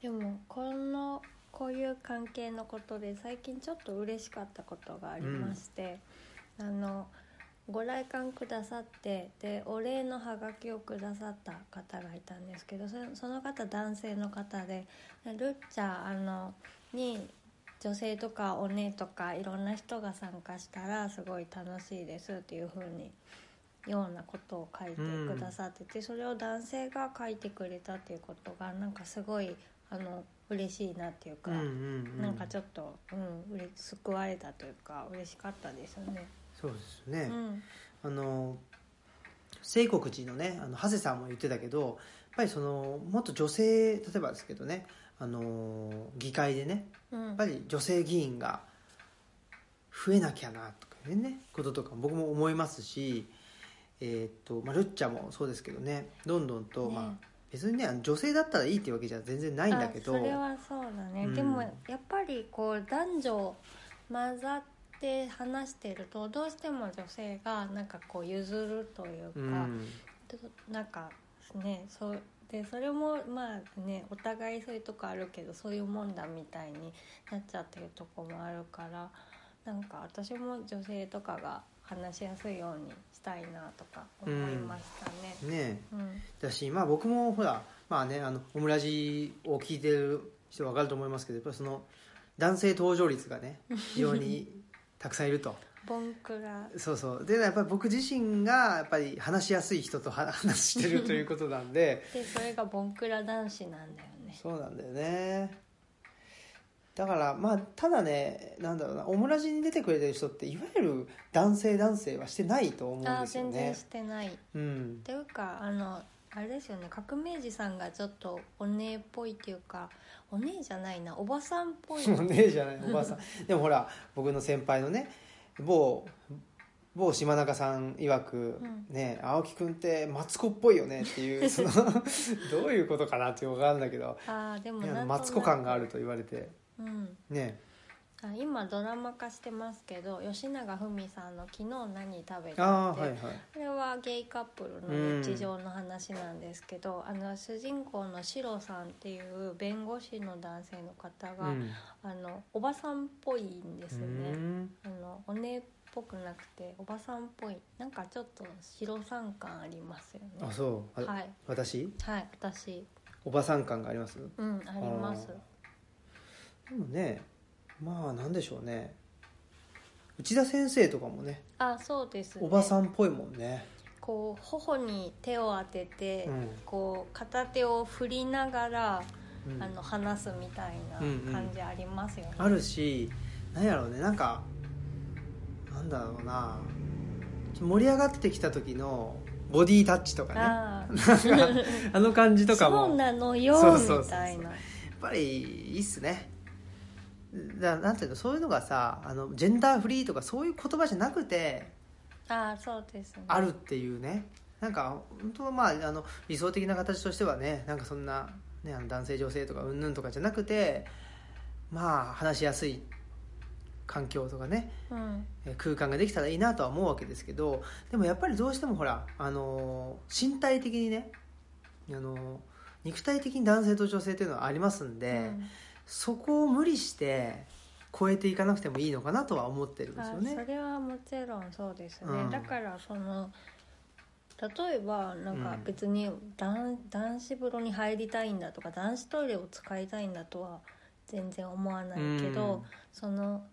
[SPEAKER 2] でもこのこういう関係のことで最近ちょっと嬉しかったことがありまして、あのご来館くださってでお礼のハガキをくださった方がいたんですけどそその方男性の方でルッチャーあのに女性とかお姉とかいろんな人が参加したらすごい楽しいですっていう風にようなことを書いてくださってて、それを男性が書いてくれたっていうことがなんかすごいあの嬉しいなっていうか、
[SPEAKER 1] うんうんうん、
[SPEAKER 2] なんかちょっと、うん、うれ救われたというか嬉しかったですよね。
[SPEAKER 1] そうですね、
[SPEAKER 2] うん
[SPEAKER 1] あの聖国寺のねあの長谷さんも言ってたけどやっぱりそのもっと女性例えばですけどねあの議会でね
[SPEAKER 2] うん
[SPEAKER 1] やっぱり女性議員が増えなきゃなとかいうねこととか僕も思いますし、えーっとまあ、ルッチャもそうですけどねどんどんと、
[SPEAKER 2] ね
[SPEAKER 1] まあ、別にねあの女性だったらいいっていうわけじゃ全然ないんだけど
[SPEAKER 2] あそれはそうだね、
[SPEAKER 1] うん
[SPEAKER 2] でもやっぱりこう男女混ざって話してるとどうしても女性がなんかこう譲るというか、
[SPEAKER 1] うん、
[SPEAKER 2] ちょっとなんかねそうでそれもまあねお互いそういうとこあるけどそういうもんだみたいになっちゃってるとこもあるからなんか私も女性とかが話しやすいようにしたいなとか思いましたね。
[SPEAKER 1] ね
[SPEAKER 2] うん
[SPEAKER 1] だし、まあ、僕もほら、まあね、あのオムラジを聞いてる人分かると思いますけどやっぱりその男性登場率がね非常 にたくさんいると
[SPEAKER 2] ボンクラ
[SPEAKER 1] そうそうでやっぱり僕自身がやっぱり話しやすい人とは話してるということなんで
[SPEAKER 2] でそれがボンクラ男子なんだよね。
[SPEAKER 1] そうなんだよねだからまあただねなんだろうなオムラジに出てくれてる人っていわゆる男性男性はしてないと思うん
[SPEAKER 2] あ
[SPEAKER 1] ですよ
[SPEAKER 2] 全然
[SPEAKER 1] ね
[SPEAKER 2] してない。っ
[SPEAKER 1] うん
[SPEAKER 2] ていうかあのあれですよね革命児さんがちょっとお姉っぽいっていうかお姉じゃないなおばさんっぽい。
[SPEAKER 1] もうねえじゃ ないおばあさんでもほら僕の先輩のね某某島中さん曰く
[SPEAKER 2] うん
[SPEAKER 1] 「ねえ青木君ってマツコっぽいよね」って いうそのどういうことかなって分かるんだけど
[SPEAKER 2] あーでも
[SPEAKER 1] ね
[SPEAKER 2] なん
[SPEAKER 1] あ
[SPEAKER 2] と
[SPEAKER 1] の
[SPEAKER 2] なく
[SPEAKER 1] マツコ感があると言われて
[SPEAKER 2] うん、
[SPEAKER 1] ね
[SPEAKER 2] あ今ドラマ化してますけど吉永文さんの「昨日何食べ
[SPEAKER 1] え
[SPEAKER 2] た?」
[SPEAKER 1] あ
[SPEAKER 2] っ
[SPEAKER 1] あ
[SPEAKER 2] て、
[SPEAKER 1] はいはい
[SPEAKER 2] これはゲイカップルの日常の話なんですけど、あの主人公のシロさんっていう弁護士の男性の方
[SPEAKER 1] う
[SPEAKER 2] が、
[SPEAKER 1] ん
[SPEAKER 2] あのおばさんっぽいんで
[SPEAKER 1] う
[SPEAKER 2] すよね。
[SPEAKER 1] ん
[SPEAKER 2] あのお姉っぽくなくておばさんっぽいなんかちょっと白さん感ありますよ
[SPEAKER 1] あ
[SPEAKER 2] ね
[SPEAKER 1] そうあ
[SPEAKER 2] はい
[SPEAKER 1] 私
[SPEAKER 2] はい私
[SPEAKER 1] おばさん感があります
[SPEAKER 2] うんあります
[SPEAKER 1] あーでもねまあなんでしょうね内田先生とかもね
[SPEAKER 2] あそうです、ね、
[SPEAKER 1] おばさ
[SPEAKER 2] ん
[SPEAKER 1] んっぽいもんね
[SPEAKER 2] こう頬に手を当てて、
[SPEAKER 1] うん
[SPEAKER 2] こう片手を振りながら、
[SPEAKER 1] うん
[SPEAKER 2] あの話すみたいな
[SPEAKER 1] うんうん
[SPEAKER 2] 感じありますよね、
[SPEAKER 1] あるし何やろうねなんかなんだろうな盛り上がってきた時のボディタッチとかねあ
[SPEAKER 2] ああ
[SPEAKER 1] の感じとか
[SPEAKER 2] そう
[SPEAKER 1] もやっ
[SPEAKER 2] なのよ
[SPEAKER 1] そうそうそうそう
[SPEAKER 2] みたいな
[SPEAKER 1] ぱりいいっすねだなんていうのそういうのがさあのジェンダーフリーとかそういう言葉じゃなくて
[SPEAKER 2] ああそうですね
[SPEAKER 1] あるっていうねなんか本当はまああの理想的な形としてはねなんかそんな、ね、あの男性女性とかうんぬんとかじゃなくてまあ話しやすい環境とかね
[SPEAKER 2] うん
[SPEAKER 1] えー空間ができたらいいなとは思うわけですけどでもやっぱりどうしてもほら、あのー身体的にね、あのー肉体的に男性と女性というのはありますんで、そこを無理して超えていかなくてもいいのかなとは思ってるんですよ
[SPEAKER 2] あ
[SPEAKER 1] ね
[SPEAKER 2] そ。れはもちろんそうですね、
[SPEAKER 1] うん
[SPEAKER 2] だからその例えばなん
[SPEAKER 1] う
[SPEAKER 2] か
[SPEAKER 1] ん
[SPEAKER 2] 別に男男子風呂に入りたいんだとか男子トイレを使いたいんだとは全然思わないけど、
[SPEAKER 1] うん
[SPEAKER 2] その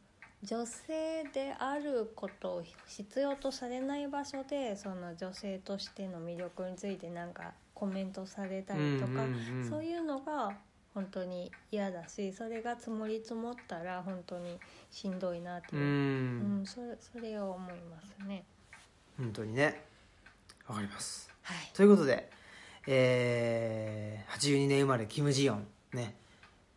[SPEAKER 2] 女性であることを必要とされない場所でその女性としての魅力についてなんかコメントされたりとか、
[SPEAKER 1] うんうんうん
[SPEAKER 2] そういうのが本当に嫌だしそれが積もり積もったら本当にしんどいなっ
[SPEAKER 1] う
[SPEAKER 2] ていう、
[SPEAKER 1] ん
[SPEAKER 2] うん、それそれを思いますね。
[SPEAKER 1] 本当にねわかります
[SPEAKER 2] はい、
[SPEAKER 1] ということで、えー82年生まれキム・ジヨンね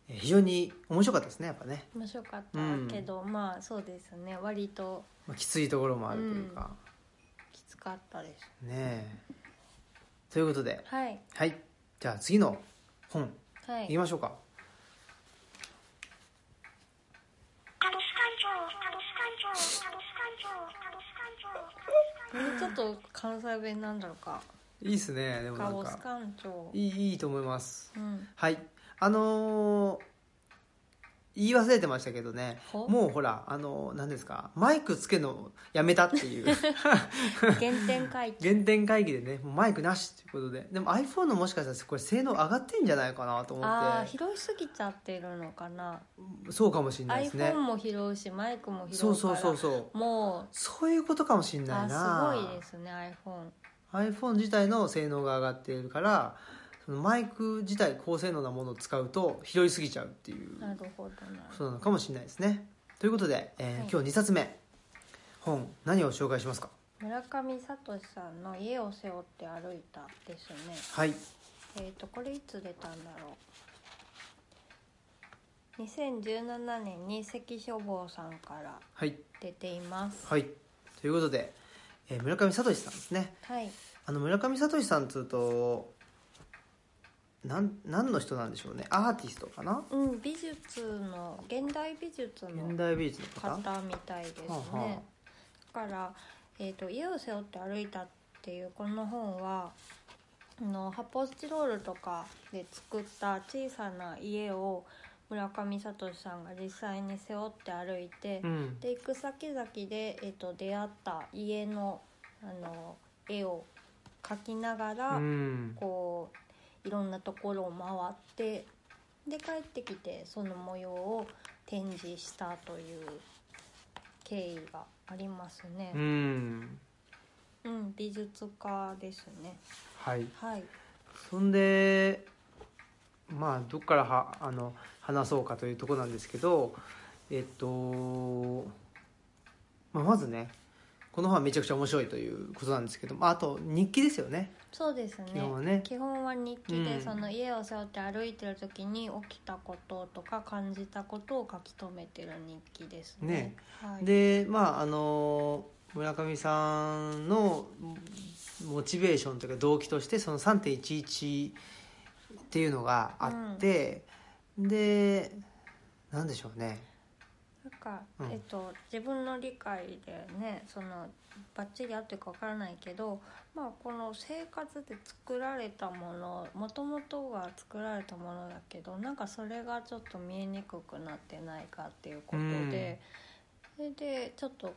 [SPEAKER 1] えー非常に面白かったですねやっぱね、
[SPEAKER 2] 面白かった
[SPEAKER 1] うん
[SPEAKER 2] けど、まあそうですね割と
[SPEAKER 1] まあ、きついところもあるというか、
[SPEAKER 2] きつかったです。
[SPEAKER 1] ねえということで
[SPEAKER 2] はい
[SPEAKER 1] はいじゃあ次の本
[SPEAKER 2] はい
[SPEAKER 1] いきましょうか
[SPEAKER 2] もうちょっと関西弁なんだろうか
[SPEAKER 1] いいっすねでも
[SPEAKER 2] カ
[SPEAKER 1] なん
[SPEAKER 2] オス
[SPEAKER 1] か
[SPEAKER 2] 館長
[SPEAKER 1] いいいいと思います
[SPEAKER 2] うん
[SPEAKER 1] はいあのー言い忘れてましたけどね
[SPEAKER 2] ほ
[SPEAKER 1] もうほらあのー何ですかマイクつけるのやめたっていう
[SPEAKER 2] 原点回帰
[SPEAKER 1] 原点会議でねもうマイクなしということででも iPhone のもしかしたらこれ性能上がってんじゃないかなと思
[SPEAKER 2] ああ
[SPEAKER 1] っ
[SPEAKER 2] 拾いすぎちゃってるのかな、
[SPEAKER 1] てそうかもしれないですね
[SPEAKER 2] iPhone も拾うしマイクも拾うか
[SPEAKER 1] そ
[SPEAKER 2] ら
[SPEAKER 1] うそうそうそう
[SPEAKER 2] も
[SPEAKER 1] そういうことかもしれ
[SPEAKER 2] う
[SPEAKER 1] ないな
[SPEAKER 2] あすごいですね iPhone
[SPEAKER 1] す iPhone 自体の性能が上がっているからそのマイク自体高性能なものを使うと拾いすぎちゃうっていう
[SPEAKER 2] なるほどな
[SPEAKER 1] そうなのかもしれないですねということで、えー
[SPEAKER 2] はい
[SPEAKER 1] 今日2冊目本何を紹介しますか
[SPEAKER 2] 村上聡さんの「家を背負って歩いた」ですね
[SPEAKER 1] はい
[SPEAKER 2] えっ、とこれいつ出たんだろう2017年に関書房さんから
[SPEAKER 1] はい
[SPEAKER 2] 出ています
[SPEAKER 1] はいということで、えー村上聡さんですね
[SPEAKER 2] はい
[SPEAKER 1] あの村上聡さんっつうとなん何の人なんでしょうねアーティストかな
[SPEAKER 2] うん美術の現代美術
[SPEAKER 1] 現
[SPEAKER 2] の
[SPEAKER 1] 代美術の方
[SPEAKER 2] 方みたいですね、
[SPEAKER 1] はあは
[SPEAKER 2] だから、えーと「家を背負って歩いた」っていうこの本はあの発泡スチロールとかで作った小さな家を村上聡さんが実際に背負って歩いて、
[SPEAKER 1] うん
[SPEAKER 2] で行く先々で、えー、と出会った家のあの絵を描きながら、
[SPEAKER 1] うん
[SPEAKER 2] こういろんなところを回ってで帰ってきてその模様を展示したという経緯があります
[SPEAKER 1] う
[SPEAKER 2] ね。
[SPEAKER 1] ん
[SPEAKER 2] うん、美術家ですね。
[SPEAKER 1] はい
[SPEAKER 2] はい。
[SPEAKER 1] そんでまあどっからはあの話そうかというところなんですけどえっと、まあ、まずねこの本はめちゃくちゃ面白いということなんですけど、まあ、あと日記ですよね
[SPEAKER 2] そうですね。
[SPEAKER 1] 基本はね。
[SPEAKER 2] 基本は日記で、
[SPEAKER 1] うん
[SPEAKER 2] その家を背負って歩いてる時に起きたこととか感じたことを書き留めてる日記ですね。
[SPEAKER 1] ね
[SPEAKER 2] はい。
[SPEAKER 1] でまああの村上さんのモチベーションというか動機としてその3.11っていうのがあって、でなんでしょうね
[SPEAKER 2] なんか、
[SPEAKER 1] うん
[SPEAKER 2] えっと、自分の理解でねそのバッチリ合ってるかわからないけど、まあ、この生活で作られたものもともとが作られたものだけどなんかそれがちょっと見えにくくなってないかっていうことで、それでちょっと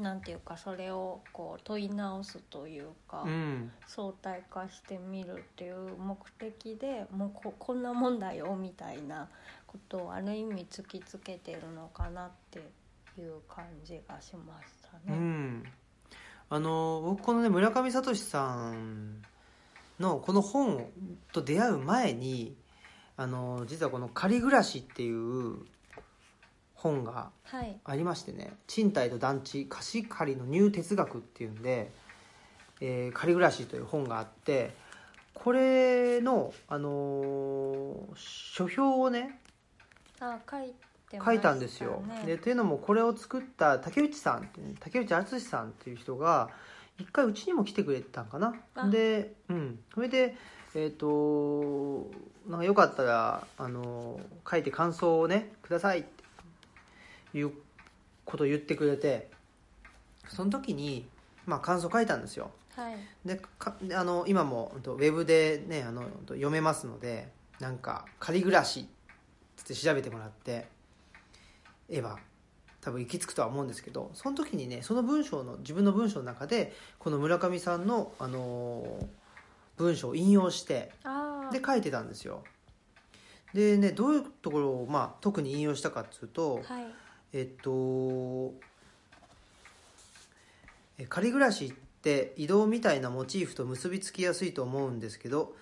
[SPEAKER 2] なんていうかそれをこう問い直すというか。
[SPEAKER 1] うん
[SPEAKER 2] 相対化してみるっていう目的でもうここんなもんだよみたいなことをある意味突きつけてるのかなっていう感じがしました
[SPEAKER 1] う
[SPEAKER 2] ね。
[SPEAKER 1] ん、あの僕このね村上聡さんのこの本と出会う前にあの実はこの「仮暮らし」っていう本が
[SPEAKER 2] はい、
[SPEAKER 1] ありましてね「賃貸と団地貸し借りのニュー哲学」っていうんで「えー仮暮らし」という本があってこれの、あのー書評をね
[SPEAKER 2] あ書いてました、
[SPEAKER 1] 書
[SPEAKER 2] ね、
[SPEAKER 1] いたんですよ。でというのもこれを作った竹内さんっていう竹内敦さんっていう人が一回うちにも来てくれてたんかな
[SPEAKER 2] あ。
[SPEAKER 1] で、うん、それでえっ、となんかよかったらあの書いて感想をねくださいっていうことを言ってくれてその時に、まあ、感想書いたんですよ。
[SPEAKER 2] はい、
[SPEAKER 1] でかであの今もうんとウェブでねあのうんと読めますのでなんか「仮暮らし」つって調べてもらってえば多分行き着くとは思うんですけどその時にねその文章の自分の文章の中でこの村上さんの、あのー文章を引用して
[SPEAKER 2] あ
[SPEAKER 1] で書いてたんですよ。でねどういうところを、まあ、特に引用したかっつうと、
[SPEAKER 2] あはい
[SPEAKER 1] えっとえ仮暮らしって移動みたいなモチーフと結びつきやすいと思うんですけど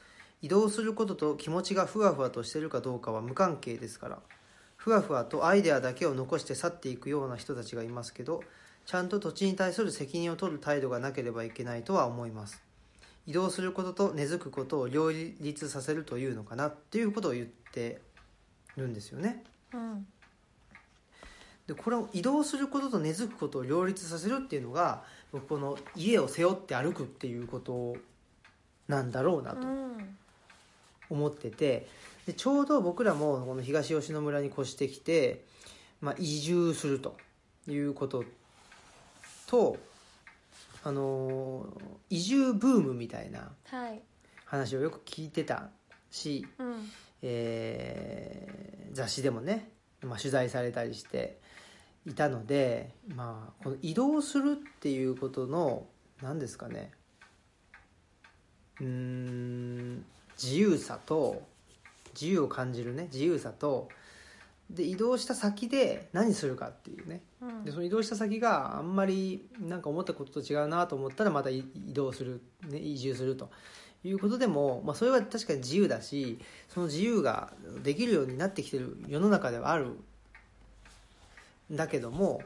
[SPEAKER 1] 移動することと気持ちがふわふわとしてるかどうかは無関係ですからふわふわとアイデアだけを残して去っていくような人たちがいますけどちゃんと土地に対する責任を取る態度がなければいけないとは思います移動することと根付くことを両立させるというのかなっていうことを言ってるんですよね。
[SPEAKER 2] うん
[SPEAKER 1] でこれを移動することと根付くことを両立させるっていうのが僕この家を背負って歩くっていうことなんだろうなと
[SPEAKER 2] うん
[SPEAKER 1] 思っててでちょうど僕らもこの東吉野村に越してきて、まあ、移住するということと、あのー移住ブームみたいな
[SPEAKER 2] はい
[SPEAKER 1] 話をよく聞いてたし、
[SPEAKER 2] うん
[SPEAKER 1] えー雑誌でもね、まあ、取材されたりしていたので、まあ、この移動するっていうことの何ですかねうーん自由さと自由を感じるね自由さとで移動した先で何するかっていうね
[SPEAKER 2] うん
[SPEAKER 1] でその移動した先があんまりなんか思ったことと違うなと思ったらまたい移動する、ね、移住するということでも、まあ、それは確かに自由だしその自由ができるようになってきてる世の中ではあるんだけども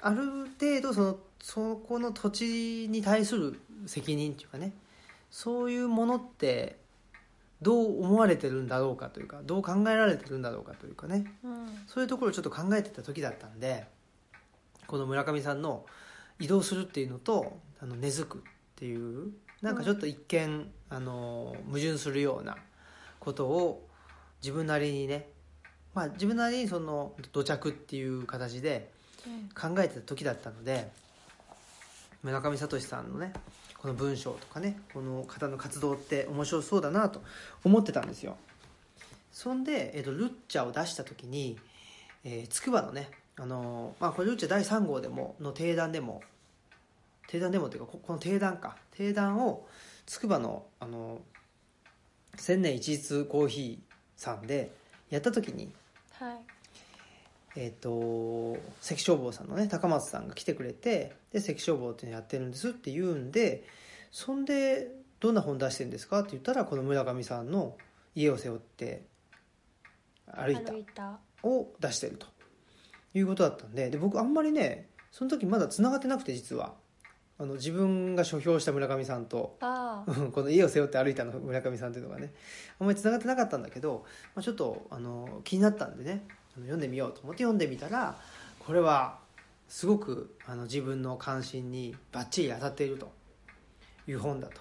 [SPEAKER 1] ある程度そのそこの土地に対する責任っていうかねそういうものってどう思われてるんだろうかというかどう考えられてるんだろうかというかね。
[SPEAKER 2] うん
[SPEAKER 1] そういうところをちょっと考えてた時だったんでこの村上さんの移動するっていうのとあの根付くっていうなんかちょっと一見、あの矛盾するようなことを自分なりにね、まあ、自分なりにその土着っていう形で考えてた時だったので村上聡さんのねこの文章とかねこの方の活動って面白そうだなと思ってたんですよそんで、えっとルッチャを出した時に、えー、筑波のねあのーまあ、これルッチャ第3号でもの定談でも定談でもっていうかここの定談か定談を筑波のあのー千年一律コーヒーさんでやった時に
[SPEAKER 2] はい
[SPEAKER 1] えっと関消防さんのね高松さんが来てくれてで関消防っていうのやってるんですって言うんでそんで「どんな本出してるんですか?」って言ったらこの村上さんの「家を背負って歩いた
[SPEAKER 2] 歩いた」
[SPEAKER 1] を出してるということだったんでで僕あんまりねその時まだ繋がってなくて実はあの自分が書評した村上さんと
[SPEAKER 2] ああ
[SPEAKER 1] うんこの家を背負って歩いたの村上さんというのがねあんまりつながってなかったんだけど、まあ、ちょっとあの気になったんでねあの読んでみようと思って読んでみたらこれはすごくあの自分の関心にバッチリ当たっているという本だと。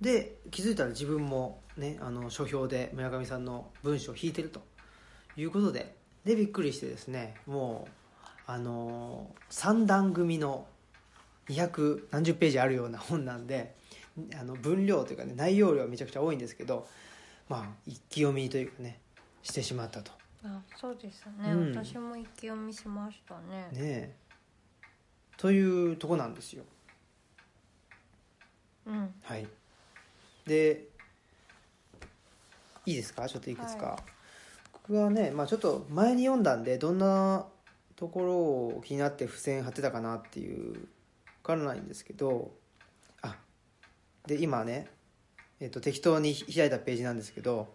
[SPEAKER 1] で気づいたら自分もねあの書評で村上さんの文章を引いてるということででびっくりしてですねもうあの3段組の200何十ページあるような本なんであの分量というかね内容量はめちゃくちゃ多いんですけどまあ一気読みというかねしてしまったと
[SPEAKER 2] あそうですね、
[SPEAKER 1] うん
[SPEAKER 2] 私も一気読みしましたね
[SPEAKER 1] ねえというとこなんですよ
[SPEAKER 2] うん
[SPEAKER 1] はいでいいですかちょっといくつか、
[SPEAKER 2] は
[SPEAKER 1] 僕はね、まあ、ちょっと前に読んだんでどんなところを気になって付箋貼ってたかなっていう分からないんですけどあで今ね、えっと適当に開いたページなんですけど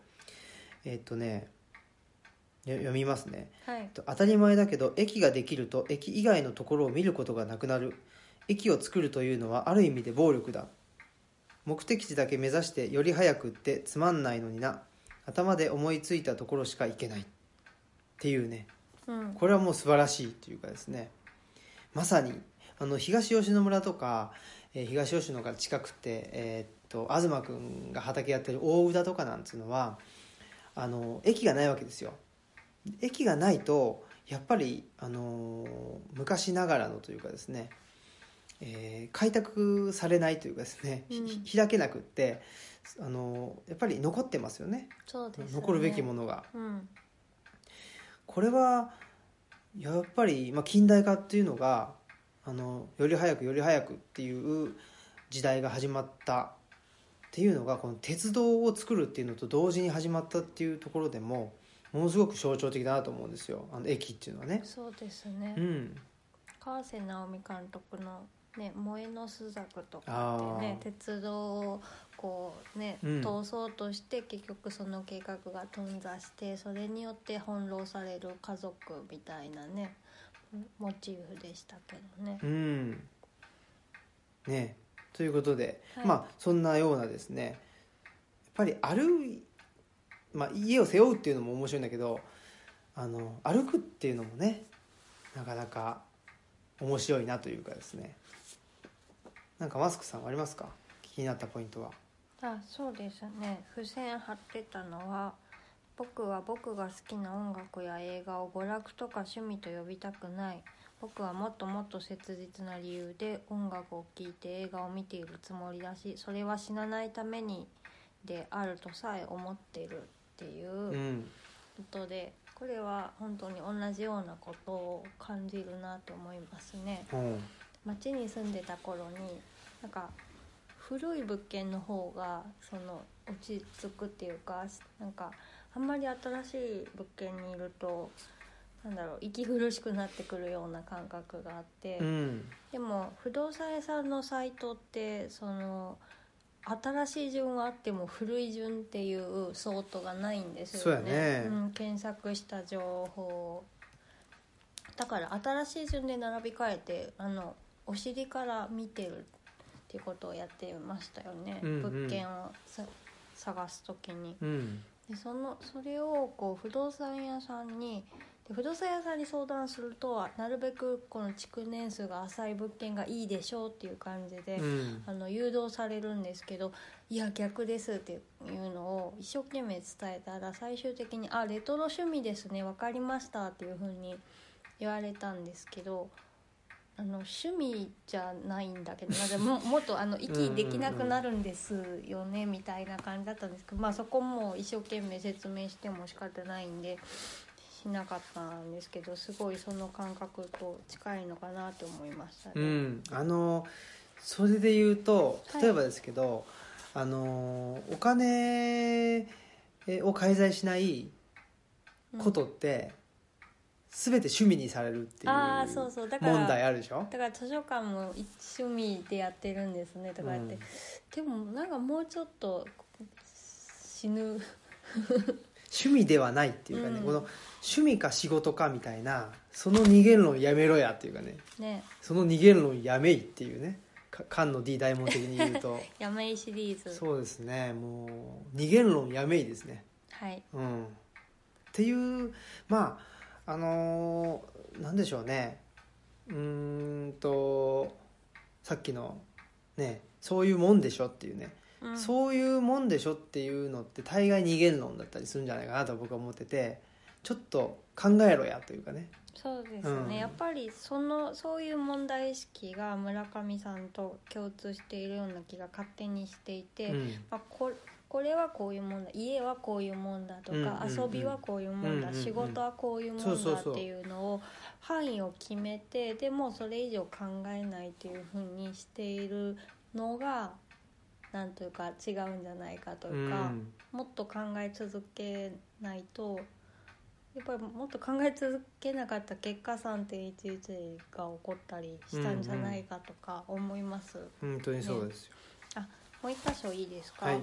[SPEAKER 1] えっとねよ読みますね
[SPEAKER 2] はい
[SPEAKER 1] と当たり前だけど駅ができると駅以外のところを見ることがなくなる駅を作るというのはある意味で暴力だ目的地だけ目指してより早くってつまんないのにな頭で思いついたところしか行けないっていうね
[SPEAKER 2] うん
[SPEAKER 1] これはもう素晴らしいというかですねまさにあの東吉野村とか、えー東吉野が近くて、えーっと東くんが畑やってる大宇田とかなんていうのはあの駅がないわけですよ駅がないとやっぱり、あのー昔ながらのというかですね、えー開拓されないというかですね、ひ
[SPEAKER 2] うん
[SPEAKER 1] ひ開けなくって、あのーやっぱり残ってますよね
[SPEAKER 2] そうですね
[SPEAKER 1] 残るべきものが。
[SPEAKER 2] うん
[SPEAKER 1] これはやっぱり、まあ、近代化っていうのがあのより早くより早くっていう時代が始まったっていうのがこの鉄道を作るっていうのと同時に始まったっていうところでもものすごく象徴的だなと思うんですよあの駅っていうのはね。
[SPEAKER 2] そうですね、
[SPEAKER 1] うん、
[SPEAKER 2] 川瀬直美監督のね「燃えの朱雀」とか
[SPEAKER 1] あ
[SPEAKER 2] っ
[SPEAKER 1] ー
[SPEAKER 2] てね鉄道をこうね、
[SPEAKER 1] うん
[SPEAKER 2] 通そうとして結局その計画が頓挫してそれによって翻弄される家族みたいなねモチーフでしたけどね。
[SPEAKER 1] うんねということで、
[SPEAKER 2] はい
[SPEAKER 1] まあそんなようなですねやっぱり歩い、まあ、家を背負うっていうのも面白いんだけどあの歩くっていうのもねなかなか面白いなというかですねなんかマスクさんはありますか気になったポイントは
[SPEAKER 2] あそうですね付箋貼ってたのは「僕は僕が好きな音楽や映画を娯楽とか趣味と呼びたくない」「僕はもっともっと切実な理由で音楽を聴いて映画を見ているつもりだしそれは死なないためにであるとさえ思ってる」っていううんことで、これは本当に同じようなことを感じるなと思いますね。
[SPEAKER 1] うん
[SPEAKER 2] 町に住んでた頃になんか古い物件の方がその落ち着くっていうかなんかあんまり新しい物件にいるとなんだろう息苦しくなってくるような感覚があって、
[SPEAKER 1] うん
[SPEAKER 2] でも不動産屋さんのサイトってその新しい順はあっても古い順っていう相当がないんですよね
[SPEAKER 1] そうやね
[SPEAKER 2] うん、検索した情報だから新しい順で並び替えてあのお尻から見てるっていうことをやってましたよね、
[SPEAKER 1] うんうん
[SPEAKER 2] 物件をさ探す時に
[SPEAKER 1] うん
[SPEAKER 2] でそのそれをこう不動産屋さんにで不動産屋さんに相談するとはなるべくこの築年数が浅い物件がいいでしょうっていう感じで、
[SPEAKER 1] うん
[SPEAKER 2] あの誘導されるんですけどいや逆ですっていうのを一生懸命伝えたら最終的に「あレトロ趣味ですね分かりました」っていうふうに言われたんですけど。あの趣味じゃないんだけど、まあで ももっとあの息できなくなるんですよねみたいな感じだったんですけど、まあ、そこも一生懸命説明しても仕方ないんでしなかったんですけどすごいその感覚と近いのかなと思いましたね。
[SPEAKER 1] うんあのそれで言うと
[SPEAKER 2] はい
[SPEAKER 1] 例えばですけど、あのお金を介在しない
[SPEAKER 2] うん
[SPEAKER 1] ことって、全て趣味にされるっていう
[SPEAKER 2] ああそうそうだから
[SPEAKER 1] 問題あるでしょ
[SPEAKER 2] だから図書館も一趣味でやってるんですねとかやって、
[SPEAKER 1] うん
[SPEAKER 2] でもなんかもうちょっと死ぬ
[SPEAKER 1] 趣味ではないっていうかね、
[SPEAKER 2] うん
[SPEAKER 1] この趣味か仕事かみたいなその二元論やめろやっていうかね
[SPEAKER 2] ね
[SPEAKER 1] その二元論やめいっていうねか菅野 D 大門的に言う と
[SPEAKER 2] やめいシリーズ
[SPEAKER 1] そうですねもう二元論やめいですね
[SPEAKER 2] はい
[SPEAKER 1] うんっていうまああのーなんでしょうねうーんとさっきのねそういうもんでしょっていうね、
[SPEAKER 2] うん
[SPEAKER 1] そういうもんでしょっていうのって大概二元論だったりするんじゃないかなと僕は思っててちょっと考えろやというかね
[SPEAKER 2] そうですね、
[SPEAKER 1] うん
[SPEAKER 2] やっぱりそのそういう問題意識が村上さんと共通しているような気が勝手にしていて、
[SPEAKER 1] うん
[SPEAKER 2] まあ、ここれはこういうもんだ家はこういうもんだとか、
[SPEAKER 1] うんうんうん
[SPEAKER 2] 遊びはこういうもんだ、
[SPEAKER 1] うんうんうん
[SPEAKER 2] 仕事はこういうもんだ
[SPEAKER 1] そうそうそう
[SPEAKER 2] っていうのを範囲を決めてでもそれ以上考えないっていうふうにしているのがなんというか違うんじゃないかと
[SPEAKER 1] う
[SPEAKER 2] いうか、
[SPEAKER 1] ん
[SPEAKER 2] もっと考え続けないとやっぱりもっと考え続けなかった結果3.11が起こったりしたんじゃないかとか思います。
[SPEAKER 1] 本当にそうですよ、
[SPEAKER 2] もう一箇所いいですか、
[SPEAKER 1] はい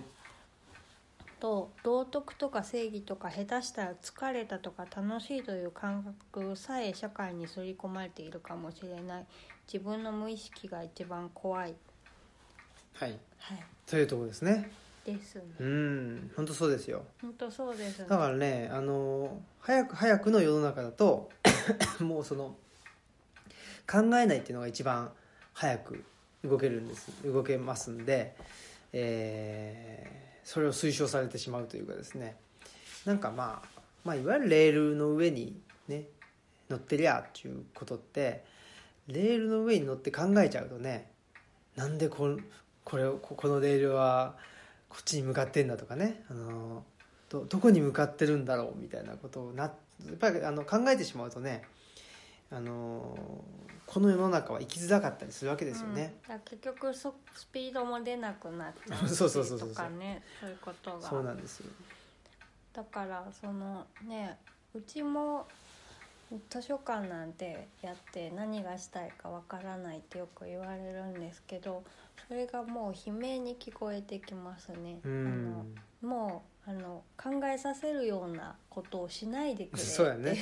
[SPEAKER 2] と道徳とか正義とか下手したら疲れたとか楽しいという感覚さえ社会に刷り込まれているかもしれない自分の無意識が一番怖い、
[SPEAKER 1] はい、
[SPEAKER 2] はい、
[SPEAKER 1] というところですね
[SPEAKER 2] ですね
[SPEAKER 1] うん本当そうですよ
[SPEAKER 2] 本当そうですね
[SPEAKER 1] だからねあの早く早くの世の中だと もうその考えないっていうのが一番早く動けるんです動けますんで、えーそれを推奨されてしまうというかですねなんか、まあ、まあいわゆるレールの上にね乗ってりゃっていうことってレールの上に乗って考えちゃうとねなんでこんこれをここのレールはこっちに向かってんだとかねあのどどこに向かってるんだろうみたいなことをなやっぱりあの考えてしまうとねあのこの世の中は生きづらかったりするわけですよね。
[SPEAKER 2] うんだから結局そスピードも出なくなっちゃ
[SPEAKER 1] そうそうそうそう
[SPEAKER 2] とかねそういうことが
[SPEAKER 1] そうなんですよ
[SPEAKER 2] だからそのねうちも図書館なんてやって何がしたいかわからないってよく言われるんですけどそれがもう悲鳴に聞こえてきますね。
[SPEAKER 1] う
[SPEAKER 2] あの
[SPEAKER 1] ん
[SPEAKER 2] もうあの考えさせるようなことをしないでくれって
[SPEAKER 1] そうやね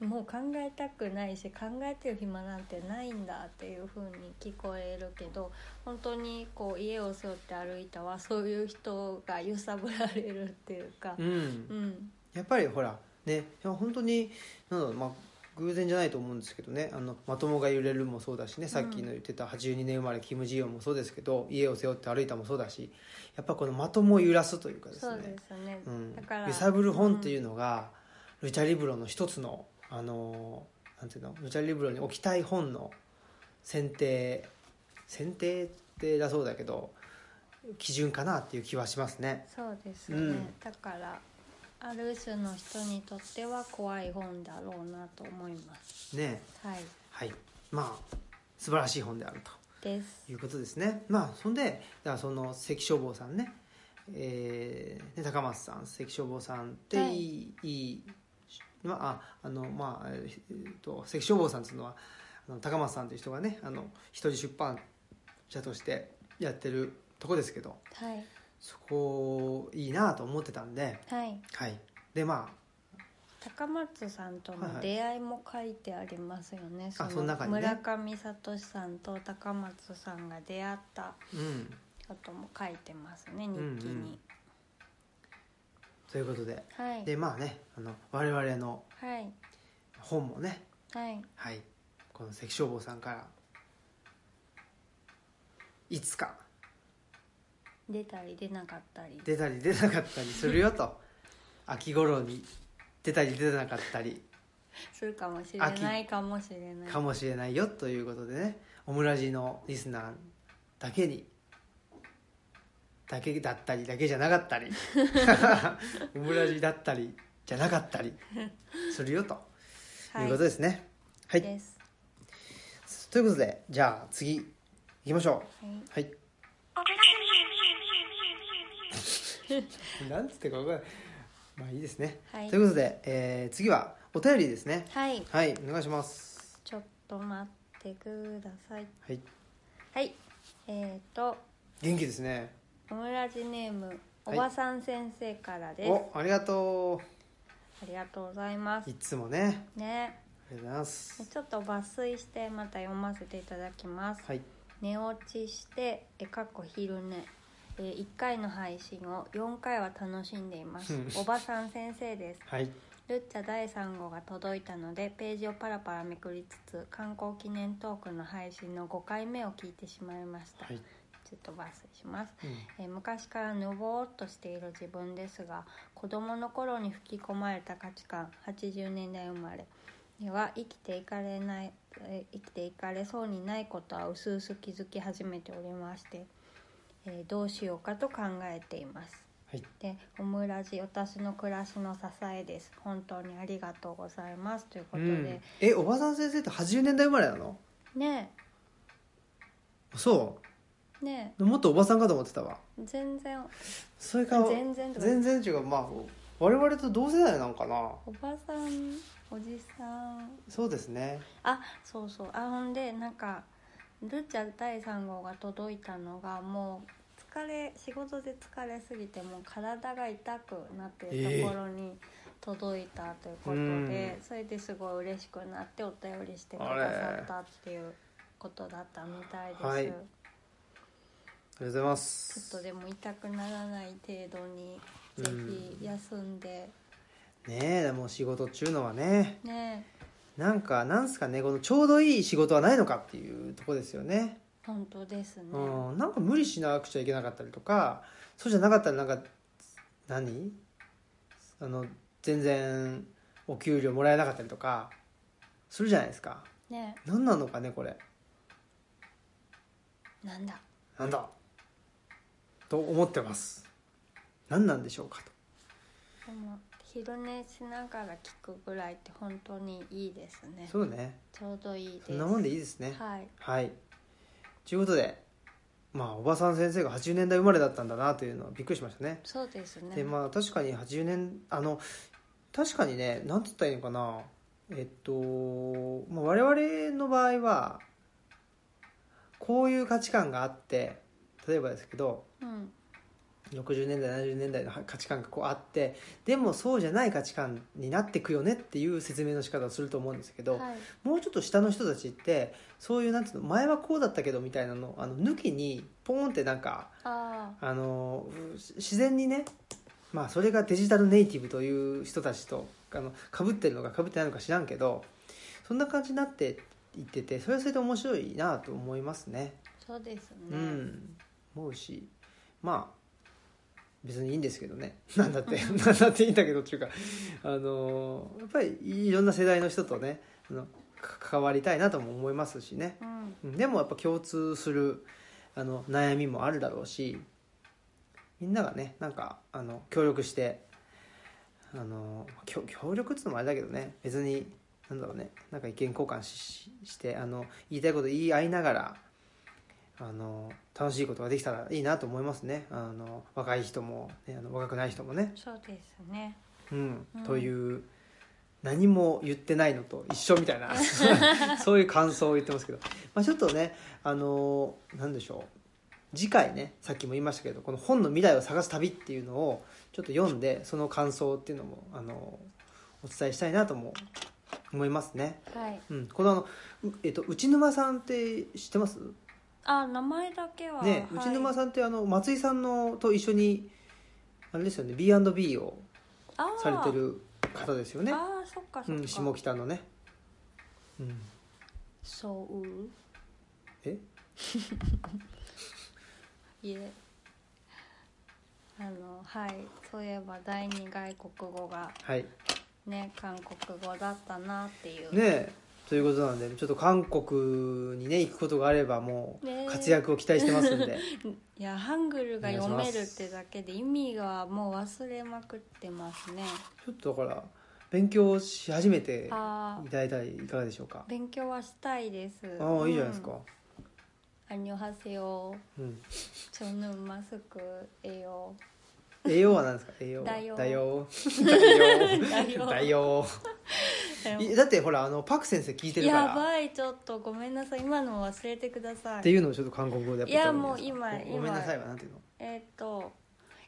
[SPEAKER 2] もう考えたくないし考えてる暇なんてないんだっていう風に聞こえるけど本当にこう家を背負って歩いたはそういう人が揺さぶられるっていうか
[SPEAKER 1] う。ん
[SPEAKER 2] うん
[SPEAKER 1] やっぱりほらねいや本当になんだろう、まあ、偶然じゃないと思うんですけどね「あのまともが揺れる」もそうだしねさっきの言ってた82年生まれキム・ジヨンもそうですけど「家を背負って歩いた」もそうだしやっぱこの「まともを揺らす」というかです
[SPEAKER 2] そう
[SPEAKER 1] ね
[SPEAKER 2] ですね、
[SPEAKER 1] うん
[SPEAKER 2] だから
[SPEAKER 1] 揺さぶる本っていうのが、ルチャリブロの一つのあのなんていうのルチャリブロに置きたい本の選定選定ってだそうだけど基準かなっていう気はしますね。
[SPEAKER 2] そうですね、
[SPEAKER 1] うん
[SPEAKER 2] だからある種の人にとっては怖い本だろうなと思います
[SPEAKER 1] ね
[SPEAKER 2] はい
[SPEAKER 1] はいまあ素晴らしい本であると。
[SPEAKER 2] です
[SPEAKER 1] いうことですね。まあそんでだからその関消防さんね、えー、ね高松さん関消防さんっていい,、
[SPEAKER 2] はい
[SPEAKER 1] い、いまあああのまあえーえーと関消防さんっていうのはあの高松さんという人がねあの一人出版社としてやってるとこですけど
[SPEAKER 2] はい
[SPEAKER 1] そこいいなと思ってたんで、
[SPEAKER 2] はい
[SPEAKER 1] はい、でま
[SPEAKER 2] 高松さんと
[SPEAKER 1] はいは
[SPEAKER 2] の
[SPEAKER 1] い
[SPEAKER 2] 出会いも書いてありますよね、
[SPEAKER 1] その中にね
[SPEAKER 2] 村上聡さんと高松さんが出会った
[SPEAKER 1] あうん
[SPEAKER 2] ことも書いてますね日記
[SPEAKER 1] ん
[SPEAKER 2] に、
[SPEAKER 1] うんということで
[SPEAKER 2] はい
[SPEAKER 1] でまあねあの我々の
[SPEAKER 2] はい
[SPEAKER 1] 本もね
[SPEAKER 2] はい
[SPEAKER 1] はい、この関消防さんからいつか
[SPEAKER 2] 出たり出なかったり
[SPEAKER 1] 出たり出なかったりするよ と秋頃に出たり出なかったり
[SPEAKER 2] するかもしれないかもしれない
[SPEAKER 1] かもしれないよということでねオムラジのリスナーだけにだけだったりだけじゃなかった りオムラジだったりじゃなか ったりするよと
[SPEAKER 2] はいいう
[SPEAKER 1] ことですね。はい、
[SPEAKER 2] です
[SPEAKER 1] ということでじゃあ次行きましょ
[SPEAKER 2] は
[SPEAKER 1] う。はい なんつってか分かんないまあいいですね、
[SPEAKER 2] いはい
[SPEAKER 1] ということで、えー次はお便りですね
[SPEAKER 2] はい
[SPEAKER 1] はいお願いします
[SPEAKER 2] ちょっと待ってください
[SPEAKER 1] はい
[SPEAKER 2] はいえっ、ー、と
[SPEAKER 1] 元気ですね
[SPEAKER 2] オムラジネームお
[SPEAKER 1] はい
[SPEAKER 2] ばさん先生からです、
[SPEAKER 1] おありがと
[SPEAKER 2] ありがとうございま
[SPEAKER 1] う
[SPEAKER 2] す
[SPEAKER 1] いつもね
[SPEAKER 2] ね
[SPEAKER 1] ありがとうございます
[SPEAKER 2] ちょっと抜粋してまた読ませていただきます
[SPEAKER 1] はい
[SPEAKER 2] 寝落ちしてえかっこ昼寝えー1回の配信を4回は楽しんでい ます
[SPEAKER 1] うん
[SPEAKER 2] おばさん先生です
[SPEAKER 1] はい
[SPEAKER 2] ルッチャ第3号が届いたのでページをパラパラめくりつつ観光記念トークの配信の5回目を聞いてしまいました、
[SPEAKER 1] はい、
[SPEAKER 2] ちょっと抜粋します
[SPEAKER 1] うん
[SPEAKER 2] えー昔からぬぼーっとしている自分ですが子供の頃に吹き込まれた価値観80年代生まれには生きていかれないえー生きていかれそうにないことは薄々気づき始めておりまして、えーどうしようかと考えています
[SPEAKER 1] はい
[SPEAKER 2] でオムラジ私の暮らしの支えです本当にありがとうございますということ
[SPEAKER 1] うん
[SPEAKER 2] で、、
[SPEAKER 1] えおばさん先生って80年代生まれなの
[SPEAKER 2] ね
[SPEAKER 1] そ
[SPEAKER 2] えね
[SPEAKER 1] うもっとおばさんかと思ってたわ
[SPEAKER 2] え全然
[SPEAKER 1] そういう顔
[SPEAKER 2] 全然とか
[SPEAKER 1] 全然違うまあ我々と同世代なのかな
[SPEAKER 2] おばさんおじさん
[SPEAKER 1] そうですね
[SPEAKER 2] あそうそうあほんでなんかルチャ第3号が届いたのがもう疲れ仕事で疲れすぎてもう体が痛くなってるところに届いたということで、
[SPEAKER 1] うん
[SPEAKER 2] それですごい嬉しくなってお便りしてくださったっていうことだったみたいです、
[SPEAKER 1] はいあり
[SPEAKER 2] ちょ
[SPEAKER 1] がとうございます
[SPEAKER 2] っとでも痛くならない程度に
[SPEAKER 1] うん
[SPEAKER 2] ぜひ休んで、
[SPEAKER 1] ねえでも仕事っちゅうのはね
[SPEAKER 2] ね
[SPEAKER 1] なんかなんすかねこのちょうどいい仕事はないのかっていうとこですよね、
[SPEAKER 2] 本当ですね、
[SPEAKER 1] うん、なんか無理しなくちゃいけなかったりとかそうじゃなかったらなんか何あの全然お給料もらえなかったりとかするじゃないですか
[SPEAKER 2] ね
[SPEAKER 1] 何なのかねこれ
[SPEAKER 2] なんだ
[SPEAKER 1] なんだと思ってます何なんでしょうかと
[SPEAKER 2] でも昼寝しながら聞くぐらいって本当にいいですね
[SPEAKER 1] そうね
[SPEAKER 2] ちょうどいいです
[SPEAKER 1] そんなもんでいいですね
[SPEAKER 2] はい
[SPEAKER 1] はいということでまあおばさん先生が80年代生まれだったんだなというのはびっくりしましたね
[SPEAKER 2] そうですね
[SPEAKER 1] でまあ確かに80年あの確かにねなんて言ったらいいのかなえっと、まあ、我々の場合はこういう価値観があって例えばですけど
[SPEAKER 2] うん
[SPEAKER 1] 60年代70年代の価値観がこうあってでもそうじゃない価値観になってくよねっていう説明の仕方をすると思うんですけど、
[SPEAKER 2] はい
[SPEAKER 1] もうちょっと下の人たちってそういうなんていうの前はこうだったけどみたいなのあの抜きにポーンってなんか
[SPEAKER 2] あ
[SPEAKER 1] あのうし自然にね、まあ、それがデジタルネイティブという人たちとあの被ってるのか被ってないのか知らんけどそんな感じになっていっててそれはそれで面白いなと思いますね。
[SPEAKER 2] そうですね、
[SPEAKER 1] うん思うしまあ別にいいんですけどね なんだってなんだっていいんだけどっていうかあのやっぱりいろんな世代の人とねあのか関わりたいなとも思いますしね
[SPEAKER 2] うん
[SPEAKER 1] うんでもやっぱ共通するあの悩みもあるだろうしみんながねなんかあの協力してあの協協力っつうのもあれだけどね別になんだろうねなんか意見交換しししてあの言いたいこと言い合いながらあの楽しいことができたらいいなと思いますねあの若い人も、ね、あの若くない人もね。
[SPEAKER 2] そうですね
[SPEAKER 1] うん
[SPEAKER 2] うん
[SPEAKER 1] という何も言ってないのと一緒みたい なそういう感想を言ってますけど、まあ、ちょっとねあの何でしょう次回ねさっきも言いましたけどこの本の未来を探す旅っていうのをちょっと読んでその感想っていうのもあのお伝えしたいなとも思いますね。
[SPEAKER 2] はい
[SPEAKER 1] うん、このあの、うえっと、内沼さんって知ってます
[SPEAKER 2] あ名前だけは、
[SPEAKER 1] ね、
[SPEAKER 2] はい
[SPEAKER 1] 内沼さんってあの松井さんのと一緒にあれですよね B&B を
[SPEAKER 2] あー
[SPEAKER 1] されてる方ですよね。
[SPEAKER 2] あーそっかそっか、
[SPEAKER 1] うん、下北のね、うん、
[SPEAKER 2] そう
[SPEAKER 1] え
[SPEAKER 2] いえあのはいそういえば第二外国語が
[SPEAKER 1] はい
[SPEAKER 2] ね韓国語だったなっていう
[SPEAKER 1] ねえということなんでちょっと韓国にね行くことがあればもう
[SPEAKER 2] ねえ
[SPEAKER 1] 活躍を期待してますん で、
[SPEAKER 2] いやハングルが読め
[SPEAKER 1] お願
[SPEAKER 2] る
[SPEAKER 1] いしま
[SPEAKER 2] っ
[SPEAKER 1] す
[SPEAKER 2] てだけで意味がもう忘れまくってますね
[SPEAKER 1] ちょっとだから勉強し始めてい
[SPEAKER 2] あー
[SPEAKER 1] ただいたらいかがでしょうか
[SPEAKER 2] 勉強はしたいです
[SPEAKER 1] ああいいじゃないです
[SPEAKER 2] うん
[SPEAKER 1] か、
[SPEAKER 2] 「アンニョハセヨ
[SPEAKER 1] うん、
[SPEAKER 2] チョヌンマスク栄養
[SPEAKER 1] 栄養は何ですか栄養
[SPEAKER 2] だよ
[SPEAKER 1] だ よ
[SPEAKER 2] だ
[SPEAKER 1] だ
[SPEAKER 2] よ
[SPEAKER 1] よだよ」いだってほらあのパク先生聞いてるから
[SPEAKER 2] やばいちょっとごめんなさい今の忘れてくださ
[SPEAKER 1] って
[SPEAKER 2] い
[SPEAKER 1] いうのをちょっと韓国語でやっぱ言ったらいいんじゃないで
[SPEAKER 2] やもう今
[SPEAKER 1] すかごごめんなさいはなんていうの
[SPEAKER 2] えーっと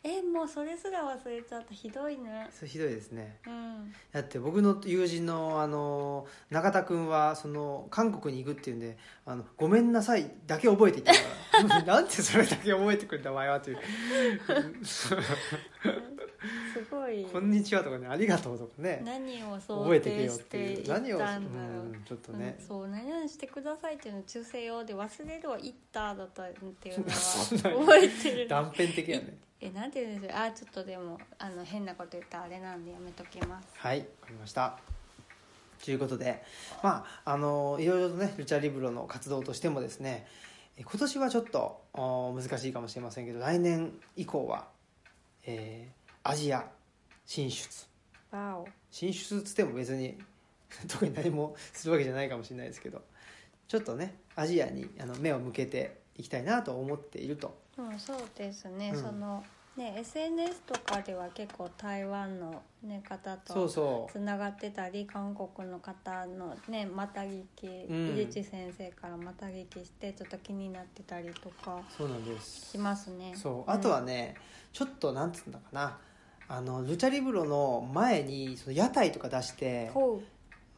[SPEAKER 2] えもうそれすら忘れちゃったひどいね
[SPEAKER 1] それひどいですね
[SPEAKER 2] うん
[SPEAKER 1] だって僕の友人のあの中田君はその韓国に行くっていうんで「あのごめんなさい」だけ覚えていたから なんでそれだけ覚えてくるんだお前はという
[SPEAKER 2] すごい
[SPEAKER 1] 「こんにちは」とかね「ありがとう」とかね
[SPEAKER 2] 何を
[SPEAKER 1] 覚えて
[SPEAKER 2] 想
[SPEAKER 1] け
[SPEAKER 2] 定
[SPEAKER 1] よっ
[SPEAKER 2] しててい
[SPEAKER 1] い
[SPEAKER 2] っ
[SPEAKER 1] う
[SPEAKER 2] たん
[SPEAKER 1] 何
[SPEAKER 2] だ
[SPEAKER 1] を
[SPEAKER 2] ろ
[SPEAKER 1] う
[SPEAKER 2] う、
[SPEAKER 1] んちょっとね
[SPEAKER 2] うんそう何々してくださいっていうの中性用で忘れるは「行った」だったっていうのは
[SPEAKER 1] そんなに
[SPEAKER 2] 覚えてる
[SPEAKER 1] 断片的やね
[SPEAKER 2] えなんて言うんでしょうあちょっとでもあの変なこと言ったらあれなんでやめときます
[SPEAKER 1] はいわかりましたということでまああのいろいろとねルチャリブロの活動としてもですねえ今年はちょっとお難しいかもしれませんけど来年以降は、えーアジア進出
[SPEAKER 2] わお
[SPEAKER 1] 進出っつっても別に 特に何もするわけじゃないかもしれないですけどちょっとねアジアにあの目を向けていきたいなと思っていると
[SPEAKER 2] うん、そうですね、
[SPEAKER 1] うん
[SPEAKER 2] そのね SNS とかでは結構台湾の、ね、方
[SPEAKER 1] そう
[SPEAKER 2] と
[SPEAKER 1] そう
[SPEAKER 2] つながってたり韓国の方のねまた聞き、
[SPEAKER 1] ん
[SPEAKER 2] 井口先生からまた聞きしてちょっと気になってたりとか
[SPEAKER 1] そうなんです
[SPEAKER 2] しますね
[SPEAKER 1] そうあとは
[SPEAKER 2] ね、
[SPEAKER 1] ね、ちょっとなんつうんだかなあのルチャリブロの前にその屋台とか出し
[SPEAKER 2] うん
[SPEAKER 1] て
[SPEAKER 2] ほ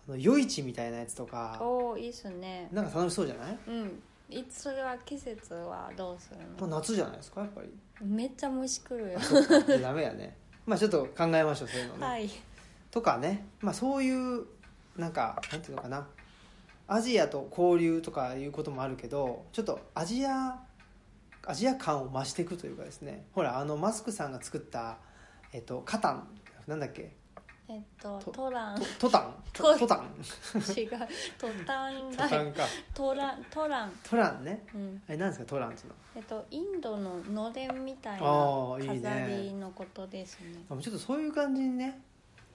[SPEAKER 1] あの夜市みたいなやつと
[SPEAKER 2] う
[SPEAKER 1] か
[SPEAKER 2] おーいいっすね
[SPEAKER 1] なんか楽しそうじゃない
[SPEAKER 2] うんいつそれは季節はどうする
[SPEAKER 1] もう
[SPEAKER 2] の
[SPEAKER 1] 夏じゃないですかやっぱり
[SPEAKER 2] めっちゃ虫来 るよ、
[SPEAKER 1] そうかじゃあダメやねまあちょっと考えましょうそういうのね、
[SPEAKER 2] はい
[SPEAKER 1] とかね、まあ、そういうなんかなんていうのかなアジアと交流とかいうこともあるけどちょっとアジアアジア感を増していくというかですねほらあのマスクさんが作った、えっと、カタンなんだっけ
[SPEAKER 2] えっと
[SPEAKER 1] と
[SPEAKER 2] トラン違う
[SPEAKER 1] トトタン
[SPEAKER 2] ト
[SPEAKER 1] トトタン
[SPEAKER 2] トタン
[SPEAKER 1] ト
[SPEAKER 2] ラ
[SPEAKER 1] タ
[SPEAKER 2] イ
[SPEAKER 1] ンか
[SPEAKER 2] トラントラン
[SPEAKER 1] トランね
[SPEAKER 2] うん
[SPEAKER 1] あれなんですかトランっていうの
[SPEAKER 2] えっと、インドののれんみたいな
[SPEAKER 1] あーいいね
[SPEAKER 2] 飾りのことですね
[SPEAKER 1] あもうちょっとそういう感じにね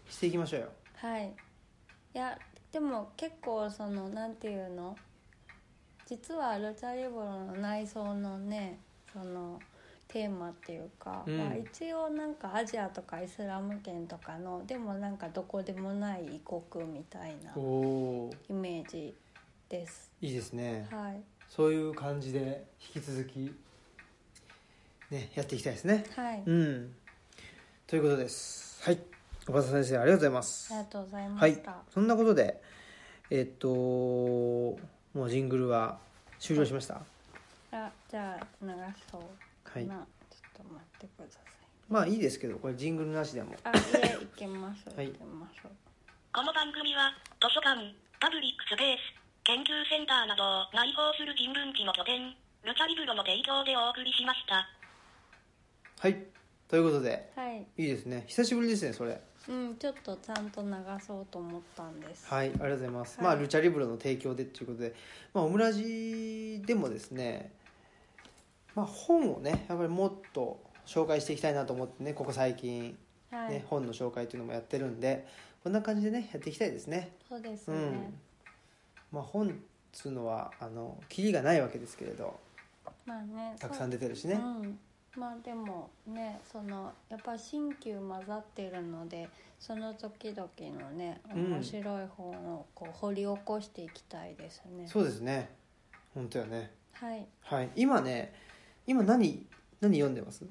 [SPEAKER 1] していきましょうよ
[SPEAKER 2] はいいやでも結構そのなんていうの実はルチャリブロの内装のねそのテーマっていうか、
[SPEAKER 1] うん
[SPEAKER 2] まあ、一応なんかアジアとかイスラム圏とかのでもなんかどこでもない異国みたいな
[SPEAKER 1] おお
[SPEAKER 2] イメージです
[SPEAKER 1] いいですね
[SPEAKER 2] はい
[SPEAKER 1] そういう感じで引き続きねやっていきたいですね
[SPEAKER 2] はいあり
[SPEAKER 1] うん。ということです。はい。小畑先生、ありがとうございます。
[SPEAKER 2] がとうございま
[SPEAKER 1] は
[SPEAKER 2] し
[SPEAKER 1] い
[SPEAKER 2] た、。
[SPEAKER 1] そんなことで、えっと、もうジングルは終了しました。
[SPEAKER 2] あじゃあ流そうかな、ちょっと待ってください
[SPEAKER 1] まあいいですけど、これジングルなしでも。
[SPEAKER 2] あ、いえ、行けます。
[SPEAKER 1] はい
[SPEAKER 2] 行けます。
[SPEAKER 3] この番組は図書館、パブリックスペース、研究センターなどを内包する人文地の拠点、ルチャリブロの提供でお送りしました。
[SPEAKER 1] はいということで
[SPEAKER 2] はい
[SPEAKER 1] いいですね久しぶりですねそれ
[SPEAKER 2] うんちょっとちゃんと流そうと思ったんです
[SPEAKER 1] はいありがとうございます、
[SPEAKER 2] はい
[SPEAKER 1] まあルチャリブロの提供でということで、まあ、オムラジでもですね、まあ、本をねやっぱりもっと紹介していきたいなと思ってねここ最近、
[SPEAKER 2] は
[SPEAKER 1] ね
[SPEAKER 2] い、
[SPEAKER 1] 本の紹介というのもやってるんでこんな感じでねやっていきたいですね
[SPEAKER 2] そうです
[SPEAKER 1] う
[SPEAKER 2] ね、
[SPEAKER 1] んまあ本っつうのはあのキリがないわけですけれど
[SPEAKER 2] まあね
[SPEAKER 1] たくさん
[SPEAKER 2] で
[SPEAKER 1] 出てるしね、
[SPEAKER 2] うん、まあでもねそのやっぱ新旧混ざってるのでその時々のね
[SPEAKER 1] うん
[SPEAKER 2] 面白い本をこう掘り起こしていきたいですね、
[SPEAKER 1] そうですね本当よね
[SPEAKER 2] はい
[SPEAKER 1] はい今ね今何何読んでます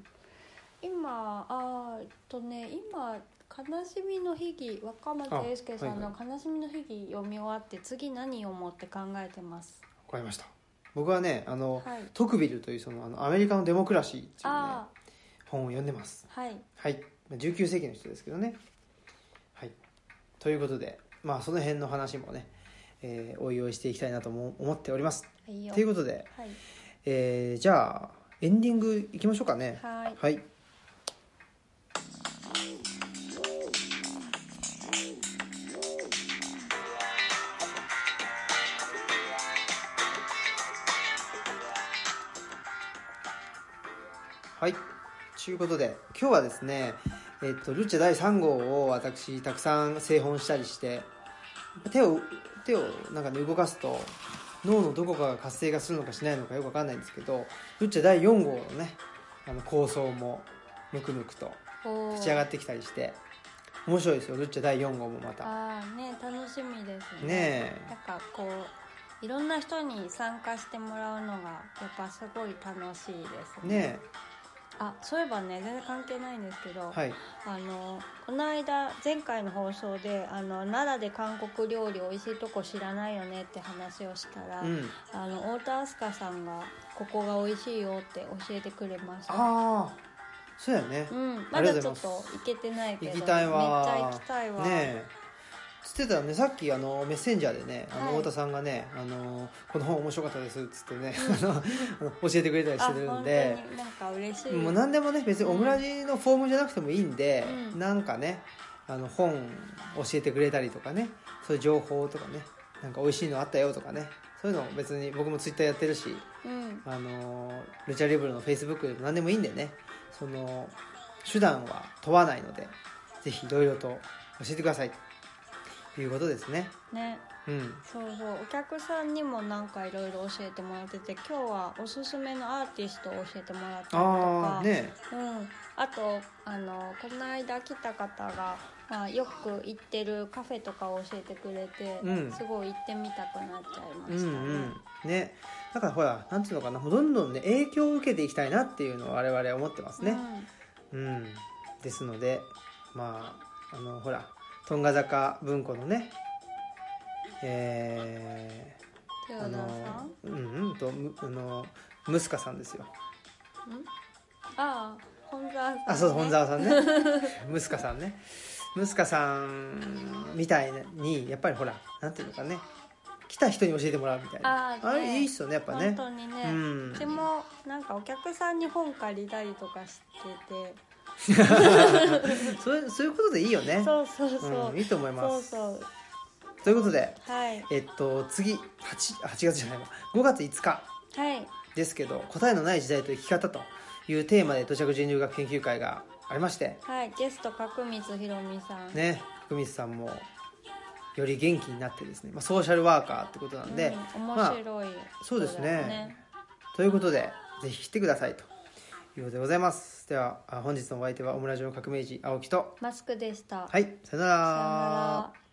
[SPEAKER 2] 今あーえっとね今「悲しみの秘技」若松
[SPEAKER 1] あ
[SPEAKER 2] 英介さんの
[SPEAKER 1] は
[SPEAKER 2] 「悲しみの秘技」読み終わって次何読もうって考えてます
[SPEAKER 1] わかりました僕はねあの、
[SPEAKER 2] はい
[SPEAKER 1] トクビルというそのあのアメリカのデモクラシーっていう、ね、
[SPEAKER 2] あ
[SPEAKER 1] 本を読んでます
[SPEAKER 2] あはい
[SPEAKER 1] はい19世紀の人ですけどねはいということでまあその辺の話もね、えーおいおいしていきたいなとも思っております
[SPEAKER 2] はいよ
[SPEAKER 1] ということで、
[SPEAKER 2] はい
[SPEAKER 1] えーじゃあエンディングいきましょうかね
[SPEAKER 2] はい
[SPEAKER 1] はいはい。ということで、今日はですね、えっと、ルチャ第3号を私、たくさん製本したりして、手を、手をなんかね、動かすと、脳のどこかが活性化するのかしないのかよくわかんないんですけど、ルチャ第4号のね、あの、構想も、むくむくと、
[SPEAKER 2] お
[SPEAKER 1] 立ち上が
[SPEAKER 2] っ
[SPEAKER 1] ってきたりして、面白いですよ、ルチャ第4号もまた。
[SPEAKER 2] ああね楽しみですね
[SPEAKER 1] ね
[SPEAKER 2] なんかこういろんな人に参加してもらうのがやっぱすごい楽しいです
[SPEAKER 1] え。
[SPEAKER 2] ね
[SPEAKER 1] ね
[SPEAKER 2] あそういえばね全然関係ないんですけど、
[SPEAKER 1] え。はい。
[SPEAKER 2] あのこの間前回の放送であの奈良で韓国料理美味しいとこ知らないよねって話をしたら、
[SPEAKER 1] うん。
[SPEAKER 2] あの太田明日香さんがここが美味しいよって教えてくれました
[SPEAKER 1] ああ、そうやね
[SPEAKER 2] う。ん
[SPEAKER 1] あ
[SPEAKER 2] ま
[SPEAKER 1] りが
[SPEAKER 2] だ
[SPEAKER 1] とうご
[SPEAKER 2] ち
[SPEAKER 1] ざい
[SPEAKER 2] ょ
[SPEAKER 1] ま
[SPEAKER 2] っ
[SPEAKER 1] す
[SPEAKER 2] と行けてないけど
[SPEAKER 1] 行きたいわ
[SPEAKER 2] めっちゃ行きたいわ、
[SPEAKER 1] ねえつってたらねさっきあのメッセンジャーでねあの
[SPEAKER 2] はい
[SPEAKER 1] 太田さんがね、あの「この本面白かったです」っつってね、 あの教えてくれたり
[SPEAKER 2] あ
[SPEAKER 1] し
[SPEAKER 2] 本
[SPEAKER 1] てる
[SPEAKER 2] 当
[SPEAKER 1] ん
[SPEAKER 2] に
[SPEAKER 1] で
[SPEAKER 2] なんか嬉しい
[SPEAKER 1] もう何でもね別にオムラジのフォームじゃなくてもいいんで、
[SPEAKER 2] うん
[SPEAKER 1] なんかねあの本教えてくれたりとかねそういう情報とかねなんか美味しいのあったよとかねそういうの別に僕もツイッターやってるし
[SPEAKER 2] うん
[SPEAKER 1] あのルチャリブルのフェイスブックでも何でもいいんでねその手段は問わないのでぜひいろいろと教えてくださいということですね
[SPEAKER 2] ね
[SPEAKER 1] うん
[SPEAKER 2] そうそうお客さんにもなんかいろいろ教えてもらってて今日はおすすめのアーティストを教えてもらったりと
[SPEAKER 1] あ
[SPEAKER 2] か
[SPEAKER 1] あね
[SPEAKER 2] うん、あとあのこの間来た方が、まあ、よく行ってるカフェとかを教えてくれて、
[SPEAKER 1] うん
[SPEAKER 2] すごい行ってみたくなっちゃいま
[SPEAKER 1] う
[SPEAKER 2] したね、
[SPEAKER 1] んうんねだからほらなんていうのかなどんどんね影響を受けていきたいなっていうのを我々は思ってますねうん、ですのでまああのほらトンガ坂文庫のねえ
[SPEAKER 2] テ
[SPEAKER 1] ー、
[SPEAKER 2] オ
[SPEAKER 1] あ
[SPEAKER 2] ダさん
[SPEAKER 1] のうんうんとむあのムスカさんですよ
[SPEAKER 2] んああ本沢さんね、
[SPEAKER 1] あそう本沢 さんねムスカさんねムスカさんみたいにやっぱりほらなんていうのかね来た人に教えてもらうみたいな
[SPEAKER 2] あーね
[SPEAKER 1] れいいっすよねやっぱね
[SPEAKER 2] 本当にね、
[SPEAKER 1] う
[SPEAKER 2] うんちもなんかお客さんに本借りたりとかしてて、
[SPEAKER 1] そういうそういうことでいいよね
[SPEAKER 2] そうそうそう、
[SPEAKER 1] ん、いいと思いま
[SPEAKER 2] そう
[SPEAKER 1] す
[SPEAKER 2] そう
[SPEAKER 1] ということで
[SPEAKER 2] はい
[SPEAKER 1] えっと次 8, 8月じゃないわ5月5日
[SPEAKER 2] はい
[SPEAKER 1] ですけど「答えのない時代と生き方」というテーマで土着人類学研究会がありまして
[SPEAKER 2] はいゲスト角光ひろみさん、
[SPEAKER 1] ね福光さんもより元気になってですね、まあ、ソーシャルワーカーってことなんで、
[SPEAKER 2] うん、面
[SPEAKER 1] まあ
[SPEAKER 2] 白い、
[SPEAKER 1] そうですねということでぜひ来てくださいということでございますではあ本日のお相手はオムラジオ革命児青木と
[SPEAKER 2] マスクでした。
[SPEAKER 1] はいさよな
[SPEAKER 2] さよな
[SPEAKER 1] ら
[SPEAKER 2] ら。